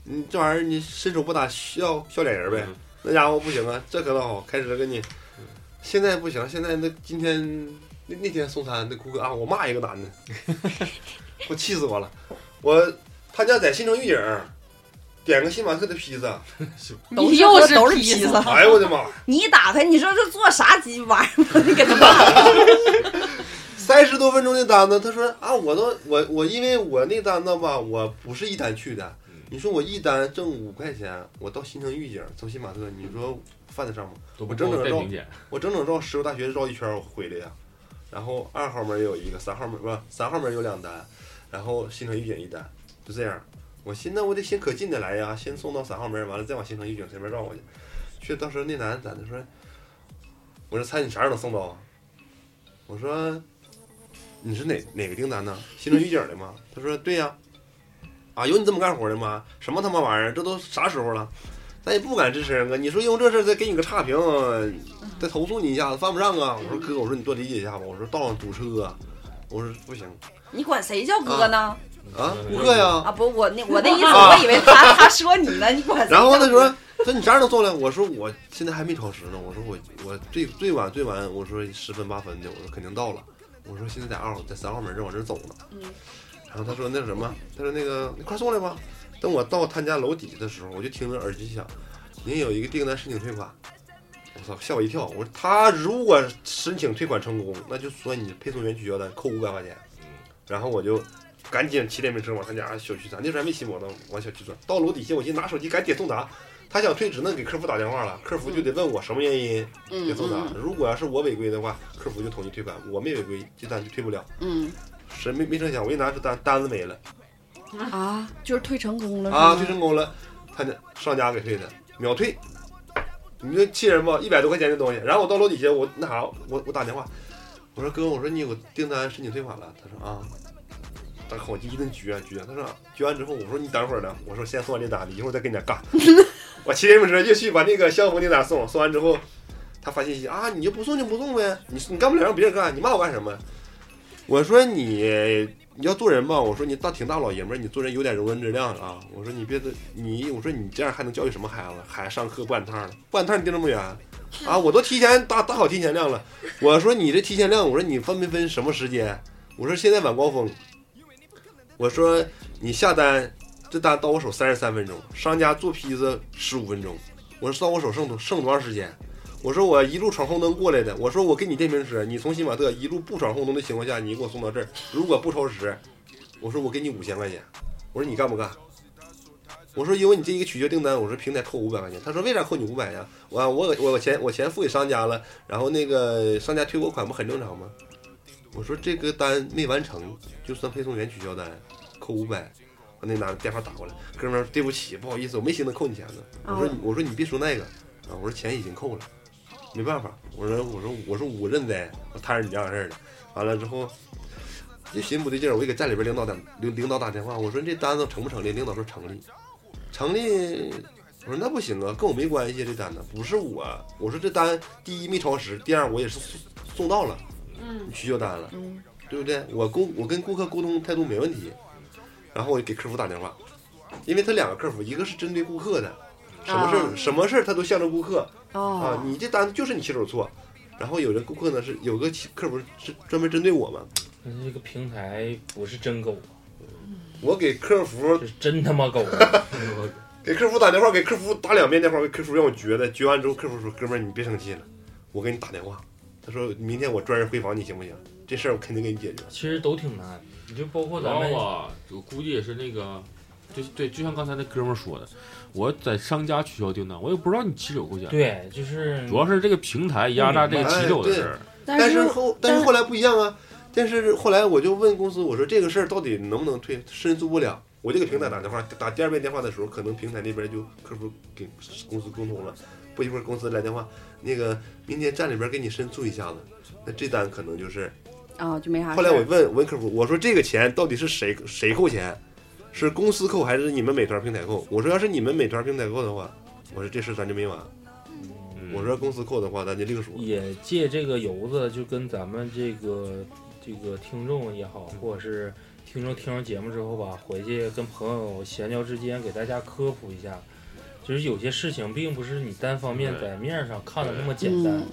J: 你这玩意儿，你伸手不打笑笑脸人呗。那家伙不行啊，这可倒好，开始跟你。
C: 嗯
J: 现在不行，现在那今天那那天送餐那顾客啊，我骂一个男的， 我气死我了。我他家在新城御景儿，点个星巴克的披 萨，
F: 都是又是都是披萨
J: 哎呦我的妈！
F: 你一打开，你说这做啥鸡玩意儿？ 你给他
J: 三十多
C: 嗯
J: 分钟的单子，他说啊，我都我我因为我那单子吧，我不是一单去的，你说我一单挣五块钱，我到新城预警，走新玛特，你说犯得上吗？
C: 都不
J: 我整整
C: 够
J: 绕
C: 再理解，
J: 我整整绕石油大学绕一圈，我回来呀。啊然后二号门也有一个，三号门不是三号门有两单，然后新城预警一单，就这样。我寻思那我得先可近的来呀，先送到三号门，完了再往新城预警随便绕过去。去到时候那男咋的说？我说猜你啥时候能送到啊？我说你是哪哪个订单呢？新城预警的吗？他说对呀、啊，有你这么干活的吗？什么他妈玩意儿？这都啥时候了？咱也不敢吱声啊！你说因为这事儿再给你个差评，再投诉你一下子，犯不上啊！我说哥，我说你多理解一下吧。我说道上堵车，啊我说不行
F: 你管谁叫哥呢？
J: 啊，不饿呀、
F: 啊不，我那我的意思，
J: 啊
F: 我以为他他说你呢，你管谁叫哥？
J: 然后他说：“说你啥时候能送来？”我说：“我现在还没超时呢。”我说我：“我最最晚最晚，我说十分八分的，我说肯定到了。”我说：“现在在二号，在三号门这往这儿走呢。”然后他说：“那什么？”他说：“那个，你快送来吧。”等我到他家楼底下的时候，我就听着耳机响，您有一个订单申请退款。我操，吓我一跳！我说他如果申请退款成功，那就算你配送员取消单，扣五百块钱。然后我就赶紧骑电瓶车往他家小区钻，那时候还没骑摩托，往小区钻。到楼底下，我寻思拿手机赶紧送达。他想退，只能给客服打电话了，客服就得问我什么原因
K: 嗯
J: 给送达
K: 嗯。嗯
J: 如果要是我违规的话，客服就统一退款；我没违规，这单就退不了。
F: 嗯
J: 谁没没成想，我一拿出单，单子没了
F: 啊，就是退成功了是吗
J: 啊，退成功了，他呢上家给退的，秒退。你这气人不？一百多块钱的东西，然后我到楼底下，我那啥，我我打电话，我说哥，我说你有个订单申请退款了，他说啊，他看我就一顿撅撅，啊他说撅完之后，我说你等会儿呢，我说先送完这单子，一会儿再跟你俩干。我骑电瓶车就去把那个相逢那单送，送完之后，他发信息啊，你就不送就不送呗，你你干不了让别人干，你骂我干什么？我说你你要做人吧，我说你大挺大老爷们儿，你做人有点容人之量啊。我说你别的你，我说你这样还能教育什么孩子？孩子上课不赶趟了，不赶趟你定这么远啊？我都提前大大好提前量了。我说你这提前量，我说你分没分什么时间？我说现在晚高峰，我说你下单这单到我手三十三分钟，商家做坯子十五分钟，我说到我手剩多剩多长时间？我说我一路闯红灯过来的，我说我给你电瓶车，你从新玛特一路不闯红灯的情况下，你给我送到这儿，如果不超时，我说我给你五千块钱，我说你干不干？我说因为你这一个取消订单，我说平台扣五百块钱，他说为啥扣你五百呀？我我我钱我钱付给商家了，然后那个商家退我款不很正常吗？我说这个单没完成，就算配送员取消单，扣五百。我那拿电话打过来，哥们儿，对不起，不好意思，我没寻思扣你钱呢。我说你，我说你别说那个，啊，我说钱已经扣了，没办法。我说，我说，我说我认栽，我摊上你这样事儿了。完了之后，就寻思不对劲儿，我就给站里边领导打领领导打电话，我说这单子成不成立？领导说成立，成立。我说那不行啊，跟我没关系啊，这单子不是我。我说这单第一没超时，第二我也是送送到了，
K: 嗯
J: 取消单了，
K: 嗯
J: 对不对？我沟我跟顾客沟通态度没问题，然后我就给客服打电话，因为他两个客服，一个是针对顾客的，什么事儿、
K: 啊
J: 什么事儿他都向着顾客、
K: 哦
J: 啊，你这单子就是你骑手错，然后有人顾客呢是有个骑客服是专门针对我嘛，
A: 这个平台哎不是真狗，啊
J: 我给客服
A: 真他妈狗，啊
J: 给客服打电话，给客服打两遍电话，给客服让我撅的，撅完之后客服说：“哥们儿，你别生气了，我给你打电话。”他说明天我专人回访你行不行？这事儿我肯定给你解决。
A: 其实都挺难。你就包括咱
C: 然
A: 们
C: 后啊，我估计也是那个，就是对，就像刚才那哥们儿说的，我在商家取消订单，我也不知道你骑手块钱。
A: 对，就是
C: 主要是这个平台压榨这个骑手的事
J: 哎
C: 儿。
J: 对但是后但是后来不一样啊。但是后来我就问公司，我说这个事儿到底能不能退？申诉不了。我就给平台打电话，打第二遍电话的时候，可能平台那边就客服给公司沟通了。不一会儿公司来电话，那个明天站里边给你申诉一下子，那这单可能就是
F: 啊，就没啥事儿。
J: 后来我问我问客服，我说这个钱到底是谁谁扣钱？是公司扣还是你们美团平台扣？我说要是你们美团平台扣的话，我说这事咱就没完。我说公司扣的话，咱就另说。
A: 也借这个由子，就跟咱们这个这个听众也好，或者是听众听完节目之后吧，回去跟朋友闲聊之间给大家科普一下，就是有些事情并不是你单方面在面上看的那么简单。
F: 嗯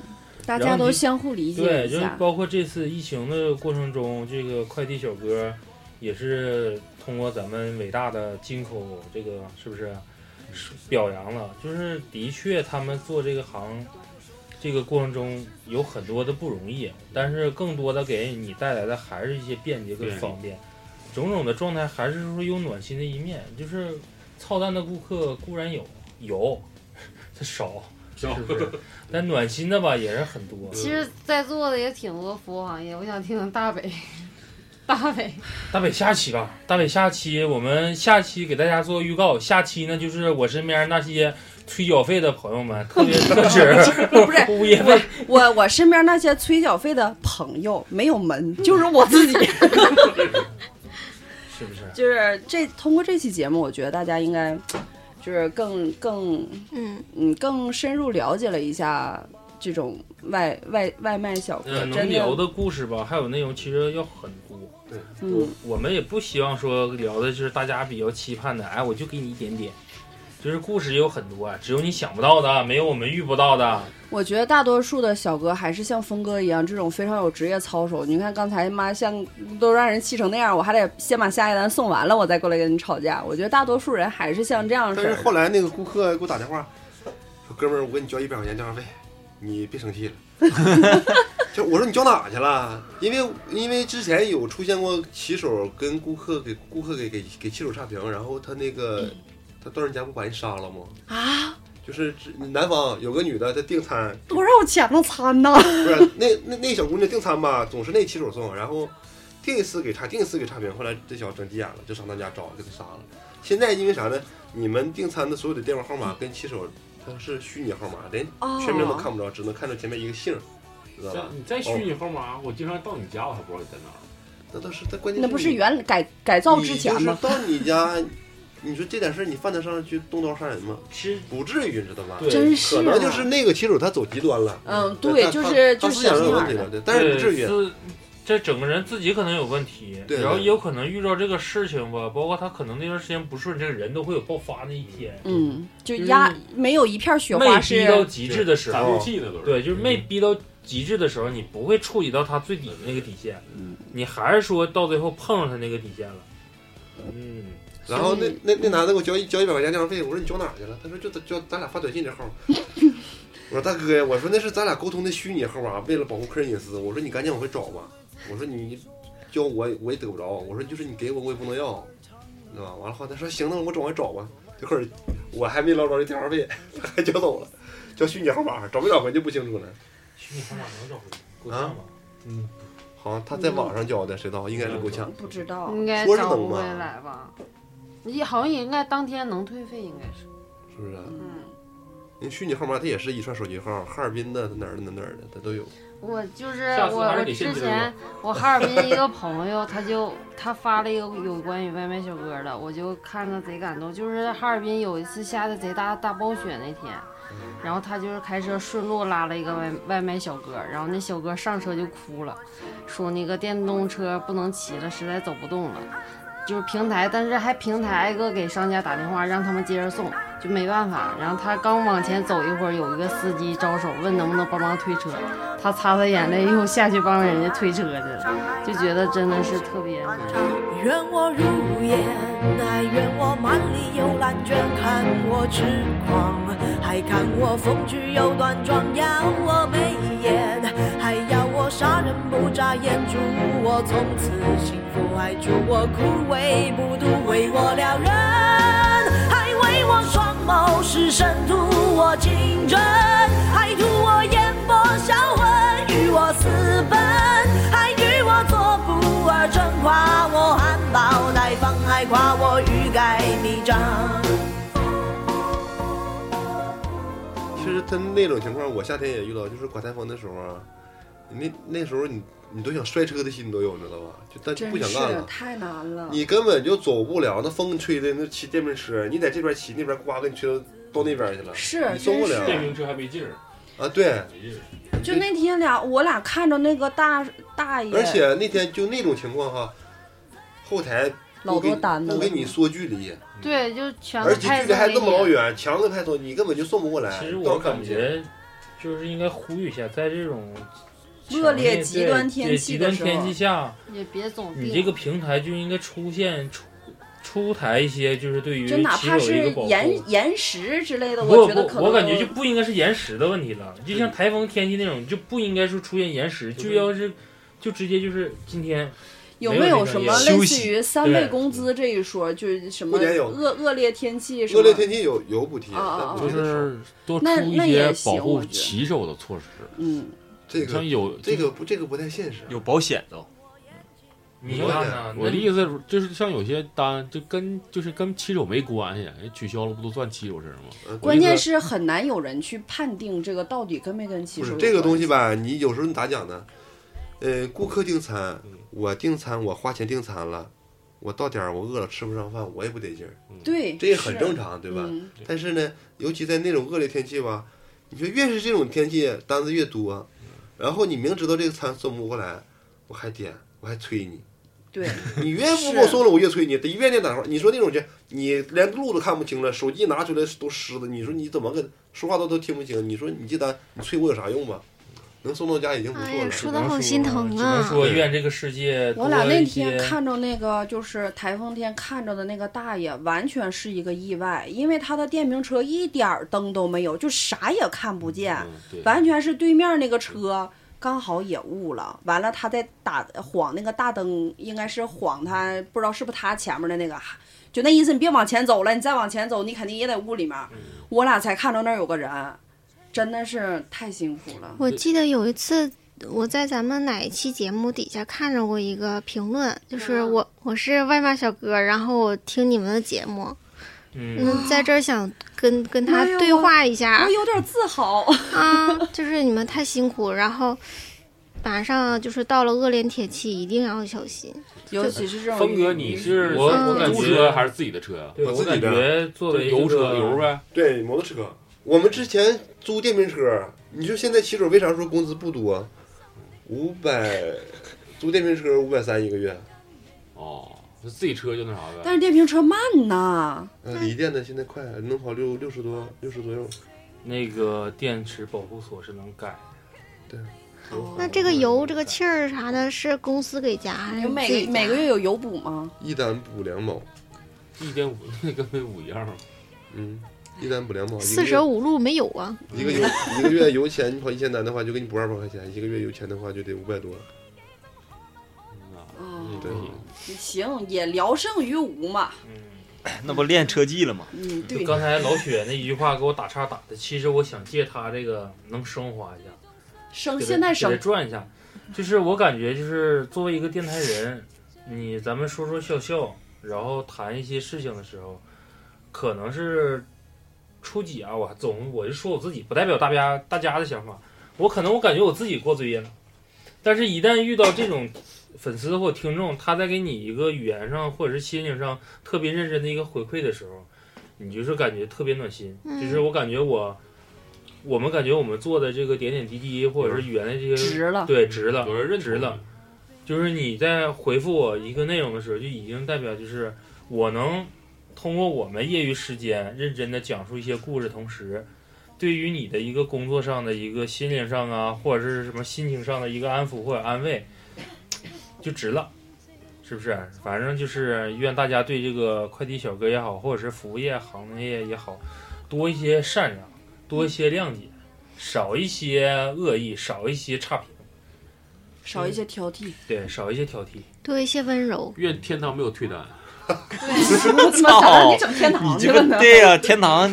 F: 大家都相互理解
A: 对，
F: 一
A: 就是
F: 下
A: 包括这次疫情的过程中，这个快递小哥也是通过咱们伟大的进口这个是不是是表扬了？就是的确他们做这个行这个过程中有很多的不容易，但是更多的给你带来的还是一些便捷跟
C: 对
A: 方便，种种的状态还是说有暖心的一面，就是操蛋的顾客固然有，有，这少，
C: 少
A: 是不是？但暖心的吧也是很多。
B: 其实，在座的也挺多服务行业，我想听听大北，大北，
A: 大北下期吧，大北下期我们下期给大家做预告，下期呢就是我身边那些催缴费的朋友们，特别特指
F: 不是
A: 物业费，
F: 我我身边那些催缴费的朋友没有门，就是我自己。
A: 是不是？
F: 就是这通过这期节目，我觉得大家应该就是更更
E: 嗯
F: 嗯更深入了解了一下这种外外外卖小哥
A: 呃，，能
F: 真
A: 聊的故事吧，还有内容其实要很多。对，
F: 嗯
A: 我们也不希望说聊的就是大家比较期盼的，哎，我就给你一点点。就是故事也有很多，啊只有你想不到的，没有我们遇不到的。
F: 我觉得大多数的小哥还是像峰哥一样，这种非常有职业操守。你看刚才妈像都让人气成那样，我还得先把下一单送完了，我再过来跟你吵架。我觉得大多数人还是像这样式
J: 但
F: 儿
J: 是
F: 的。
J: 后来那个顾客给我打电话，说哥们儿，我给你交一百块钱电话费，你别生气了。 就我说你交哪去了？因为因为之前有出现过骑手跟顾客给顾客给给给骑手差评，然后他那个他到人家不把人杀了吗？
F: 嗯啊，
J: 就是只南方有个女的，她订餐，
F: 多少钱的餐呢？
J: 不是那那那小姑娘订餐吧，总是那骑手送，然后订一次给差，订一次给差评，后来这小子整急眼了，就上他家找给他杀了。现在因为啥呢？你们订餐的所有的电话号码跟骑手它是虚拟号码，连
C: 哦
J: 全名都看不着，只能看到前面一个姓儿，知道吧？哦
C: 你再虚拟号码，我经常到你家，我还不知道你在哪儿。
J: 那倒是，但关键
F: 那不是原改改造之前
J: 你就
F: 吗
J: 是？到你家，你说这点事儿你犯得上去动刀杀人吗？
A: 其实
J: 不至于，你知道吧？
F: 对真是
J: 可能就是那个骑手他走极端了。
F: 嗯对
J: 他
F: 就是
J: 他
F: 就
J: 他
F: 是
J: 思想上有问题
F: 这样
J: 了，
F: 的
J: 对，但是不至
A: 对
J: 于。
A: 自这整个人自己可能有问题，
J: 对
A: 然后
J: 对
A: 也有可能遇到这个事情吧，包括他可能那段时间不顺，这个人都会有爆发那一天。
F: 嗯，就压没有一片雪花
A: 被
F: 是
A: 逼到极致的时
C: 打
A: 候
C: 地气呢都，是
A: 对，就是嗯被逼到极致的时候，你不会触及到他最底那个底线，你还是说到最后碰上他那个底线了。嗯，
J: 然后那那那男的给我交一交一百块钱电话费，我说你交哪儿去了？他说就咱就咱俩发短信这号儿。我说大哥呀，我说那是咱俩沟通的虚拟号啊码，为了保护客人隐私，我说你赶紧往回找吧。我说你交我我也得不着，啊我说就是你给我我也不能要，对吧？完了后他说行，那我找往回找吧。这会儿我还没捞着这电话费，他还交走了，交虚拟号码，找没找回就不清楚了。
A: 虚拟号码能找回
J: 啊？
C: 嗯，
J: 好像他在网上交的，谁知道？应该是够呛。
F: 不知道，
B: 应该
J: 说是
B: 找
J: 能
B: 不回
J: 吧
B: 来吧？也好像也应该当天能退费，应该是。
J: 是不是？嗯，您虚拟号码它也是一串手机号，哈尔滨的、哪儿的、哪儿的，它都有。
B: 我就是
J: 下次
B: 我，
J: 还是
B: 我
J: 得
B: 之
J: 限制
B: 前
J: 吧
B: 我哈尔滨一个朋友，他就他发了一个有关于外卖小哥的，我就看着贼感动。就是哈尔滨有一次下的贼大大暴雪那天，然后他就是开车顺路拉了一个外外卖小哥，然后那小哥上车就哭了，说那个电动车不能骑了，实在走不动了。就是平台，但是还平台挨个给商家打电话，让他们接着送，就没办法。然后他刚往前走一会儿，有一个司机招手问能不能帮忙推车，他擦擦眼泪又下去帮人家推车去了，就觉得真的
F: 嗯
B: 是特别难。
N: 愿我如烟，还愿我满里有蓝卷，看我痴狂，还看我风趣又端庄，要我眉眼，还要我杀人不眨眼，祝我从此幸福，还祝我枯萎不渡，为我撩人，还为我双眸失神，图我情真，还图我眼波销魂，与我私奔，还与我做不二臣，夸我含苞待放，还夸我欲盖弥彰。
J: 其实它那种情况，我夏天也遇到，就是刮台风的时候啊，那那时候你你都想摔车的心都有，你知道吧？就但就
F: 真
J: 不想
F: 是
J: 干了。
F: 太难了。
J: 你根本就走不了，那风吹的那骑电瓶车，你在这边骑，那边呱给你吹到到那边去了，
F: 是
J: 你受不了。
C: 电瓶车还没劲儿，
J: 啊，对，
F: 就那天俩我俩看着那个大大爷，
J: 而且那天就那种情况哈，后台
F: 老
J: 不给
F: 多单子
J: 不
F: 了
J: 给你缩距离，
B: 对，就全
J: 而且距离还那么老
B: 远。
J: 远，墙都开通，你根本就送不过来。
A: 其实
J: 到
A: 我
J: 哎看
A: 感
J: 不见
A: 觉就是应该呼吁一下，在这种
F: 恶劣
A: 强烈
F: 极端
A: 对
F: 天
A: 对
F: 气
A: 极
F: 的
A: 端
F: 时
A: 天
F: 候嗯
A: 气下，
B: 也别总
A: 你
B: 病
A: 这个平台就应该出现出出台一些，就是对于
F: 就哪
A: 骑
F: 怕
A: 手的一
F: 是
A: 个保护。
F: 岩岩石之类的，
A: 不
F: 觉得可
A: 不，
F: 能
A: 我感觉就不应该是延时的问题了。就像台风天气那种，就不应该说出现延时，就要是就直接就是今天
F: 有
C: 没有这
F: 有
C: 个
F: 什么
C: 意思
F: 类
C: 休
F: 似
C: 息
F: 于三倍
C: 对
A: 嗯
F: 工资这一说？就是什么
J: 过年有
F: 恶恶劣天气什么？
J: 恶劣天气有有补贴，
F: 啊啊啊
J: 但
C: 就
J: 不
C: 是多出
F: 那
C: 一
F: 那
C: 些
F: 也
C: 保
F: 行
C: 护
F: 我觉得
C: 骑手的措施。
F: 嗯，
J: 这个
C: 像有
J: 这个不这个不太现实。
M: 有保险都，
C: 你
M: 看
C: 看
M: 呢
C: 我的意思是就是像有些单就跟就是跟骑手没关系，人取消了不都算骑手身上吗？我的意思
F: 关键是很难有人去判定这个到底跟没跟骑
J: 不
F: 手有
J: 是这个东
F: 关
J: 西吧？你有时候你咋讲呢？呃，顾客订餐，我订餐，我花钱订餐了，我到点儿我饿了吃不上饭，我也不得劲儿。
F: 对
J: 这也很
F: 是
J: 正常，对吧？
F: 嗯
J: 但是呢，尤其在那种恶劣天气吧，你说越是这种天气，单子越多，然后你明知道这个餐送不过来，我还点，我还催你。
F: 对，
J: 你越不给我送了，我越催你，得越念打话。你说那种就你连路都看不清了，手机拿出来都湿的，你说你怎么跟说话都都听不清？你说你这单你催我有啥用吧？能送到家已经不错了。
E: 说的好心疼
A: 只能
E: 啊！
M: 嗯
A: 说愿这个世界
F: 我俩
A: 多一
F: 那
A: 些
F: 天看着那个就是台风天看着的那个大爷，完全是一个意外，因为他的电瓶车一点儿灯都没有，就啥也看不见，
C: 对
F: 完全是对面那个车刚好也误了，完了他在打晃那个大灯，应该是晃他，不知道是不是他前面的那个，就那意思，你别往前走了，你再往前走，你肯定也得屋里面。我俩才看着那儿有个人，真的是太辛苦了。
E: 我记得有一次我在咱们哪一期节目底下看着过一个评论，就是我我是外卖小哥，然后我听你们的节目，嗯，在这儿想跟跟他
F: 哎呦
E: 对话一下，
F: 我有点自豪
E: 啊，就是你们太辛苦，然后马上就是到了恶劣天气，一定要小心，
F: 尤其是这种
C: 峰哥，你是
A: 我
C: 我感
A: 租
C: 觉
A: 车
C: 还是自己的车呀？
A: 对我
J: 的
A: 感觉作为
C: 油
A: 这
C: 车
A: 个
C: 油呗，
J: 对，摩托车。我们之前租电瓶车，你说现在骑手为啥说工资不多？五百，租电瓶车五百三一个月。
C: 哦，就自己车就那啥呗。
F: 但是电瓶车慢呐。
J: 呃，锂电的现在快能跑六六十多，六十左右。
A: 那个电池保护锁是能改，
J: 对，
E: 那这个油、这个气儿啥的，是公司给加还是
F: 有每
E: 自己
F: 个每
E: 加
F: 个月有油补吗？
J: 一单补两毛，
C: 一点五 那跟没五一样。
J: 嗯，一单补两毛，
E: 四舍五入没有啊？
J: 一个月一个月油钱，你跑一千单的话，就给你补二百块钱；一个月油钱的话，就得五百多。
F: 哦，
J: 对，
F: 行，也聊胜于无嘛。
M: 哎那不练车技了吗？
F: 嗯，
A: 就
F: 对。
A: 刚才老雪那一句话给我打岔打的，其实我想借他这个能升华一下，
F: 生
A: 给他
F: 现在
A: 给
F: 生
A: 他转一下。就是我感觉，就是作为一个电台人，你咱们说说笑笑，然后谈一些事情的时候，可能是初几啊，我总我就说我自己，不代表大家大家的想法。我可能我感觉我自己过嘴瘾了，但是一旦遇到这种粉丝或听众，他在给你一个语言上或者是心情上特别认真的一个回馈的时候，你就是感觉特别暖心。
C: 嗯
A: 就是我感觉我，我们感觉我们做的这个点点滴滴或者是语言的这些
F: 值了
A: 对，值了，
C: 有人认
A: 值
C: 同
A: 了。就是你在回复我一个内容的时候，就已经代表就是我能通过我们业余时间认真的讲述一些故事，同时对于你的一个工作上的一个心灵上啊，或者是什么心情上的一个安抚或者安慰，就值了，是不是？反正就是愿大家对这个快递小哥也好，或者是服务业行业也好，多一些善良，多一些谅解，少一些恶意，少一些差评， 嗯
F: 少一些挑剔。
A: 对，少一些挑剔。
E: 多一些温柔。
C: 愿天堂没有退单。
F: 我
M: 操！
F: 你整天堂
M: 你
F: 去
M: 这
F: 了
M: 个
F: 呢？
M: 对呀、天堂，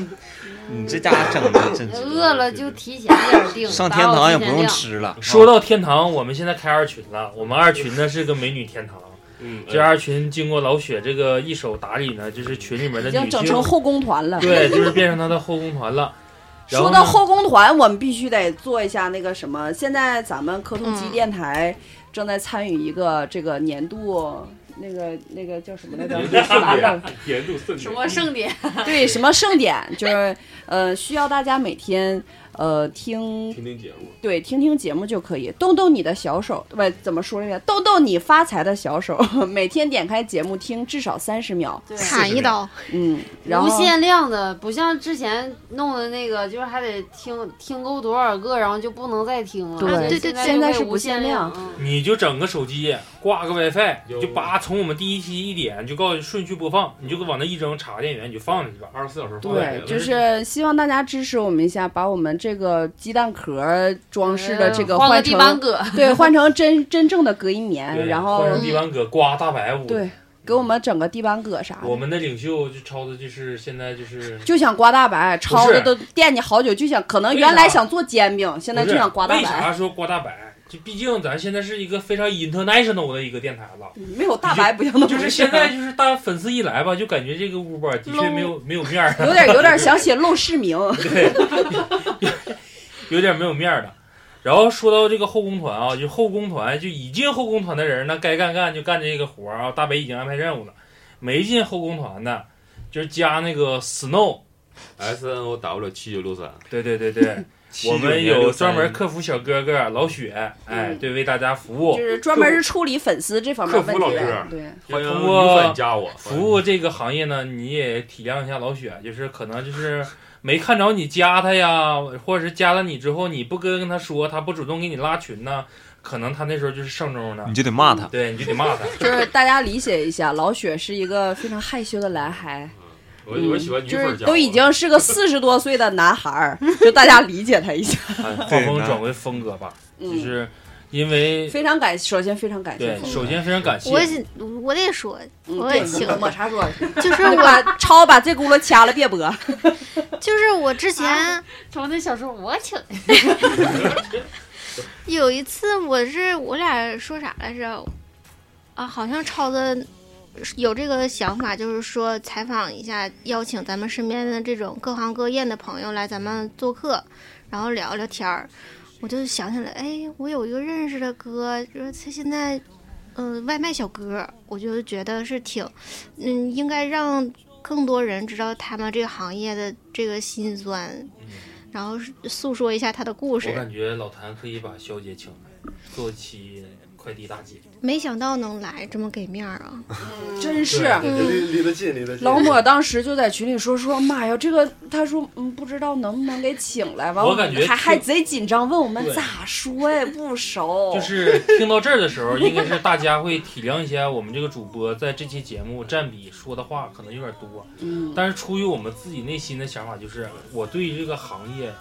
M: 你这家伙整的真是
B: 饿了就提前点定，
M: 上
B: 打
M: 天
B: 扰
M: 堂也
B: 提
M: 不
B: 前
M: 用
B: 量
M: 吃了。啊
A: 说到天堂，我们现在开二群了。我们二群呢是个美女天堂。
C: 嗯
A: 这
M: 哎
A: 二群经过老雪这个一手打理呢，就是群里面的
F: 已
A: 女
F: 经
A: 性
F: 整成后宫团了。
A: 对，就是 变成她的后宫团了。然后
F: 说
A: 呢
F: 到后宫团，我们必须得做一下那个什么。现在咱们科通机电台正在参与一个这个年度那个那个叫什么来着？完了。
C: 年度盛典，
B: 盛典？
F: 对，什么盛典？就是呃，需要大家每天呃听
C: 听听节目，
F: 对，听听节目就可以，动动你的小手，不怎么说来着？动动你发财的小手， 每天点开节目听至少三十秒，
E: 砍一刀，
F: 嗯，然后
B: 无限量的，不像之前弄的那个，就是还得听听够多少个，然后就不能再听了。
F: 对对
B: 对
F: 对
B: 现
F: 现在
B: 就是无
F: 不限
B: 量
F: 量。啊
B: 嗯
A: 你就整个手机挂个 WiFi，
C: 有
A: 就叭从我们第一期一点就告诉你顺序播放，你就往那一扔，插个电源你就放进去吧。
C: 二十四小时
A: 放
F: 对，就是希望大家支持我们一下，把我们这个鸡蛋壳装饰的这个
B: 嗯换个
F: 成
B: 地板革
F: 对，换成真真正的隔音棉，
A: 对
F: 然后嗯
A: 换上地板革，刮大白屋。
F: 对，给我们整个地板革啥的。
A: 我们的领袖就超的就是现在就是
F: 就想刮大白，抄的都惦记好久，就想可能原来想做煎饼，现在
A: 不
F: 就是想刮大
A: 为啥
F: 白，
A: 说刮大白？就毕竟咱现在是一个非常 international 的一个电台了。
F: 没有大白不像那么
A: 就是现在，就是大家粉丝一来吧，就感觉这个屋吧，的确没有没有面儿，
F: 有点有点想写陋室 铭。
A: 有点没有面儿的。然后说到这个后宫团啊，就后宫团就已进后宫团的人呢，该干干就干这个活儿啊。大北已经安排任务了，没进后宫团的，就是加那个 Snow。
C: S N O W 七九六三，
A: 对对对 对
C: 7963，
A: 我们有专门客服小哥哥老雪，哎，对，为大家服务，
F: 就是专门是处理粉丝这方面
A: 客
F: 问
A: 服老
F: 题
A: 师
F: 的，对，
A: 就通
C: 女
A: 过
C: 粉加我
A: 服务这个行业呢，你也体谅一下老雪，就是可能就是没看着你加他呀，或者是加了你之后你不跟他说，他不主动给你拉群呢，可能他那时候就是上中的，
M: 你就得骂他
A: 对，你就得骂他。
F: 就是大家理解一下，老雪是一个非常害羞的男孩，
C: 我我喜欢女
F: 嗯就
C: 粉
F: 是
C: 加
F: 都已经是个四十多岁的男孩儿，就大家理解他一 下。
A: 哎画
M: 对
A: 风
M: 那
A: 转为风格吧，
F: 嗯
A: 就是因为
F: 非常感，首先非常感谢嗯
A: 对，。首先非常感谢。
E: 我也我得说，我也请
F: 抹茶说，
E: 就是
F: 你
E: 我
F: 把超把这轱辘掐了， 别播。
E: 就是我之前
B: 啊从那小时候我请，
E: 有一次，我是我俩说啥来着？啊，好像超子有这个想法，就是说采访一下，邀请咱们身边的这种各行各业的朋友来咱们做客，然后聊聊天儿。我就想起来，哎，我有一个认识的哥，就是他现在，嗯、外卖小哥，我就觉得是挺，嗯，应该让更多人知道他们这个行业的这个辛酸，然后是诉说一下他的故事。
A: 我感觉老谭可以把肖姐请来做期快递大姐，
E: 没想到能来这么给面儿啊！
A: 嗯
F: 真是
H: 对对对离离得近，离得近。
F: 老莫当时就在群里说说，妈呀，这个他说嗯，不知道能不能给请来，完
A: 我感觉
F: 还
A: 就
F: 还贼紧张，问我们
A: 对
F: 咋说呀，不熟，
A: 就是听到这儿的时候，应该是大家会体谅一下我们这个主播在这期节目占比说的话可能有点多，
F: 嗯
A: 但是出于我们自己内心的想法，就是我对于这个行业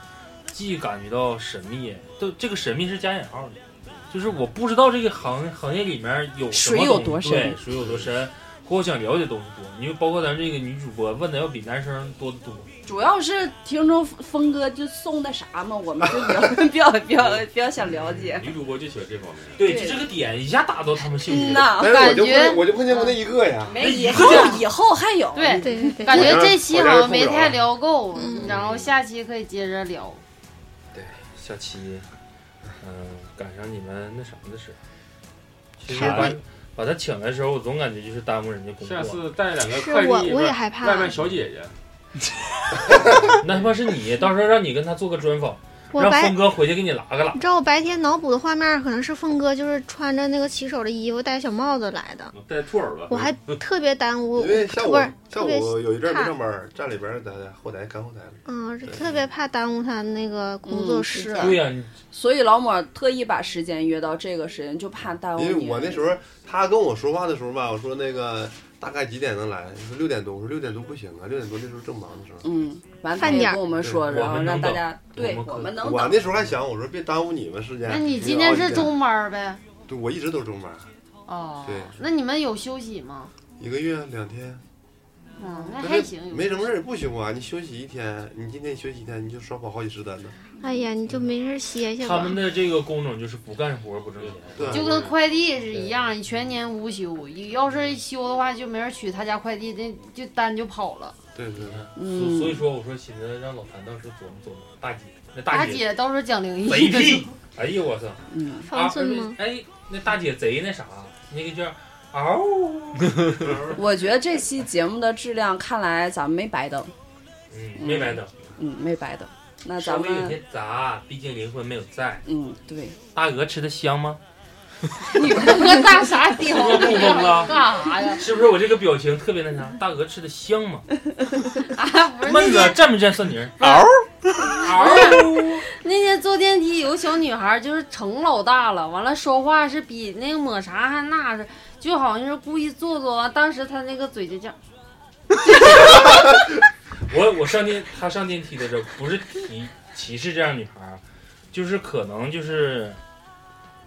A: 既感觉到神秘，都这个神秘是加引号的，就是我不知道这个行行业里面有什么
F: 水有
A: 东西
F: 多深
A: 对水有多深，或我想了解的东西多，因为包括咱这个女主播问的要比男生多得多。
F: 主要是听着峰哥就送的啥嘛，我们就比较比较比较比较想了解。
C: 嗯女主播就喜欢这方面。
A: 对，就这个点一下打到他们兴趣。
F: 嗯呐
A: 但
F: 但
A: 是
F: 是我
A: 我就
F: 就不感觉
A: 不我
J: 我就碰见过那一个呀。
F: 没以
A: 后
F: 后以后还有
B: 对
E: 对对
F: 嗯
E: 对
B: 感觉
A: 我家
B: 这期
A: 我家
B: 好
A: 是
B: 像
A: 不
B: 没
A: 聊
B: 太
A: 了
B: 聊够，然后下期可以接着聊。
A: 下期，嗯、赶上你们那啥的时候，其实
C: 开
A: 把
C: 会
A: 把他请来的时候，我总感觉就是耽误人家工作。
C: 下次带两个
E: 是
C: 快递
E: 我
C: 不
E: 我也
C: 是
E: 害怕
C: 外卖小姐姐，
A: 那他妈是你，到时候让你跟他做个专访，
E: 我
A: 让
E: 白
A: 峰哥回去给你拉个拉
E: 你。知道我白天脑补的画面可能是凤哥就是穿着那个骑手的衣服戴小帽子来的，
A: 嗯
C: 带兔耳朵。嗯
E: 我还特别耽误，
H: 因为下午
E: 不是
H: 下
E: 特别
H: 午有一阵儿没
E: 怕
H: 上班，站里边儿在后台干后台了。
E: 嗯， 特别怕耽误他那个工作
F: 嗯
E: 时
F: 是
E: 间。
A: 对呀、你
F: 所以老莫特意把时间约到这个时间，就怕耽误
H: 因为
F: 你。
H: 我那时候他跟我说话的时候吧，我说那个大概几点能来？你说六点多，我说六点多不行啊，六点多那时候正忙的时候。
F: 嗯，完他
E: 饭
F: 也
E: 点儿
F: 跟我们说，
H: 对
F: 然
H: 我
F: 后
H: 们
F: 让
H: 能
F: 大
H: 等
F: 家对
A: 我
F: 我
A: 们
F: 们能
H: 我
F: 等。
H: 那时候还想，我说别耽误你们时间。
B: 那你
H: 别
B: 今天
H: 熬
B: 是
H: 夜
B: 中班儿呗？
H: 对，我一直都是中班，
B: 哦
H: 对，
B: 那你们有休息吗？
H: 一个月两天，
B: 嗯，那
H: 但
B: 还
H: 是
B: 行，有
H: 没什么事儿也不休啊。你休息一天，你今天休息一天，你就少跑好几十单呢。
E: 哎呀，你就没事儿歇歇
A: 他
E: 吧
A: 们。的这个工种就是不干活不挣钱。
H: 对，
B: 就跟快递是一样，你全年无休。你要是休的话，就没人取他家快递，那就单就跑了。
H: 对对对。
A: 所所以说，我说寻思让老谭当时琢磨琢磨，大姐那
B: 大
A: 姐
B: 姐到时候讲灵异，
A: 贼屁，哎呦我操！
F: 嗯，
A: 啊
E: 方寸吗？
A: 哎，那大姐贼那啥，那个叫嗷。
F: 我觉得这期节目的质量，看来咱们没白等，
A: 嗯，没白等，
F: 嗯，没白等。那
A: 稍
F: 咱
A: 微有
F: 们
A: 些杂，毕竟灵魂没有在。
F: 嗯，对，
A: 大鹅吃的香吗？
B: 喝大傻屌，啊
A: 我不懵了
B: 干啥呀？
A: 是不是我这个表情特别那啥？大鹅吃的香吗？
B: 啊，不是那
A: 闷子
B: 天
A: 蘸没蘸蒜泥儿？啊
B: 那天坐电梯，有个小女孩就是成老大了，完了说话是比那个抹茶还那是，就好像是故意做作。完，当时她那个嘴就这样，
A: 我我上电，他上电梯的时候不是提歧视这样女孩儿，就是可能就是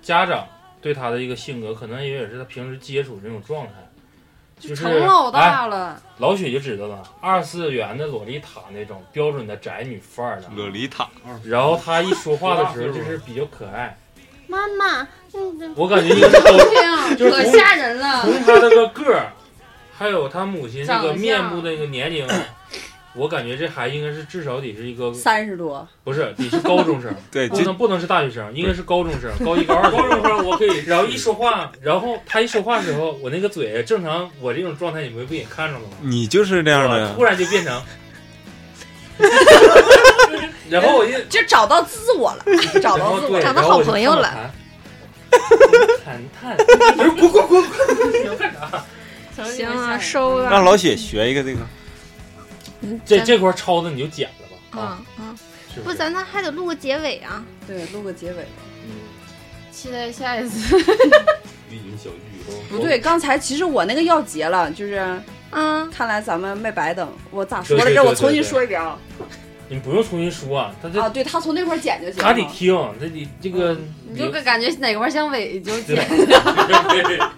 A: 家长对她的一个性格，可能也也是她平时接触这种状态，就是
F: 成老大
A: 哎
F: 了，
A: 老许就知道了，二次元的洛丽塔那种标准的宅女范儿的
M: 洛丽塔。
A: 然后她一说话的时候就是比较可 爱，
E: 妈 妈，嗯
A: 我感觉应该是都
E: 这样
A: 就是
E: 可
A: 从
E: 吓人了
A: 从她那个个儿，还有她母亲那
F: 长
A: 个
F: 相
A: 面部的那个年龄，我感觉这孩子应该是至少得是一个
F: 三十多，
A: 不是，得是高中生，
M: 对
A: 不能不能是大学生，应该是高中生，高一高二。高中生我可以， 然后一说话，然后他一说话的时候，我那个嘴正常，我这种状态你们不也看着了吗？
M: 你就是这样的
A: 突，然就变成， 然后我就
F: 就找到自我了，找
A: 然后
F: 到自我，
A: 对，然后我就看我。谈。谈谈，我说滚滚滚滚，你要干啥？
E: 行啊，收了。
M: 让老雪学一个这个。
E: 嗯
A: 这这块抄的你就剪了吧。
E: 嗯嗯
A: 是，不
E: 不，
A: 是
E: 咱那还得录个结尾啊。
F: 对，录个结尾。
B: 期待下一次。
C: 丽云小玉
F: 不对，，刚才其实我那个要结了，就是，
E: 嗯，
F: 看来咱们没白等。我咋说来
A: 对对
F: 着？
A: 对
F: 我重
A: 对
F: 新
A: 对
F: 说一遍啊！
A: 你不用重新说啊，
B: 哦
A: 他这
F: 啊，对他从那块儿剪就行
A: 他得
F: 了。
A: 听，他得这个
B: 你就感觉哪块儿像尾就剪。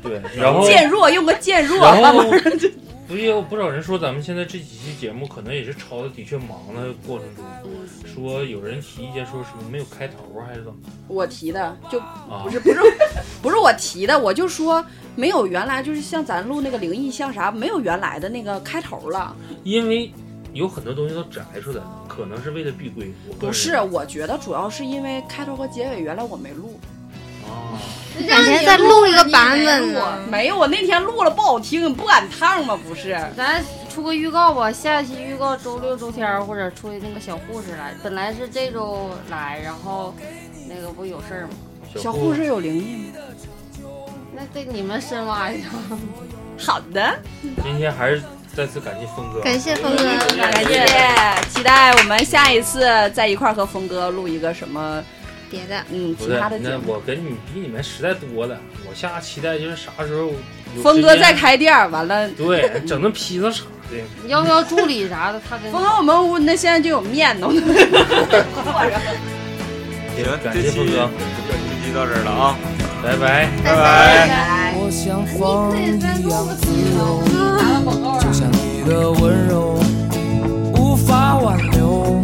A: 对，然 后
F: 渐弱，用个渐弱，
A: 然
F: 慢慢
A: 后不也有不少人说，咱们现在这几期节目可能也是抄的，的确忙的过程中，说有人提意见说什么没有开头啊还是怎么的？
F: 我提的，就
A: 啊
F: 不是不是不是我提的，我就说没有原来就是像咱录那个灵异像啥，没有原来的那个开头了。
A: 因为有很多东西都摘出来了，可能是为了避规。我个人
F: 不是，我觉得主要是因为开头和结尾原来我没录，
A: 啊，
E: 改天再录一个版本呢。
F: 没有，我那天录了不好听，不赶趟吗？不是，
B: 咱出个预告吧，下一期预告周六、周天儿或者出那个小护士来，本来是这周来，然后那个不有事儿吗？
F: 小护士有灵异吗？
B: 那对你们深挖一下。
F: 好的，
A: 今天还是再次感谢峰哥，啊
E: 感谢峰哥
F: 嗯感谢，期待我们下一次在一块儿和峰哥录一个什么
E: 别的，
F: 嗯
A: 不
F: 其
A: 是
F: 他的节
A: 那
F: 目。
A: 我跟你比你们实在多了，我下期待就是啥时候有
F: 峰哥
A: 时间
F: 再，开店儿，完了，
A: 对，整那披萨啥的。
B: 你要不要助理啥的？他跟你
F: 峰哥我们屋那现在就有面呢。
M: 行，
A: 感
M: 这
A: 谢
M: 期
A: 峰哥
M: 这期到这儿了啊，
A: 拜拜。
M: 拜拜。
I: 我像风一样自由，就像你的温柔，无法挽留。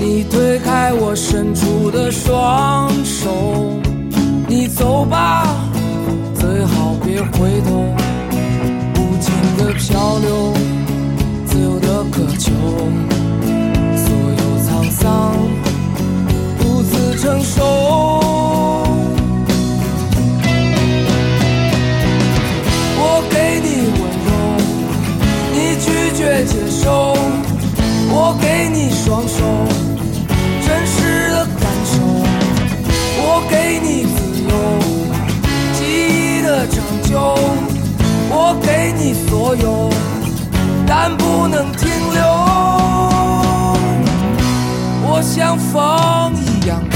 I: 你推开我伸出的双手，你走吧，最好别回头。无尽的漂流，自由的渴求，所有沧桑独自承受。我给你温柔，你拒绝接受。我给你双手，真实的感受。我给你自由，记忆的长久。我给你所有，但不能停留。我像风一样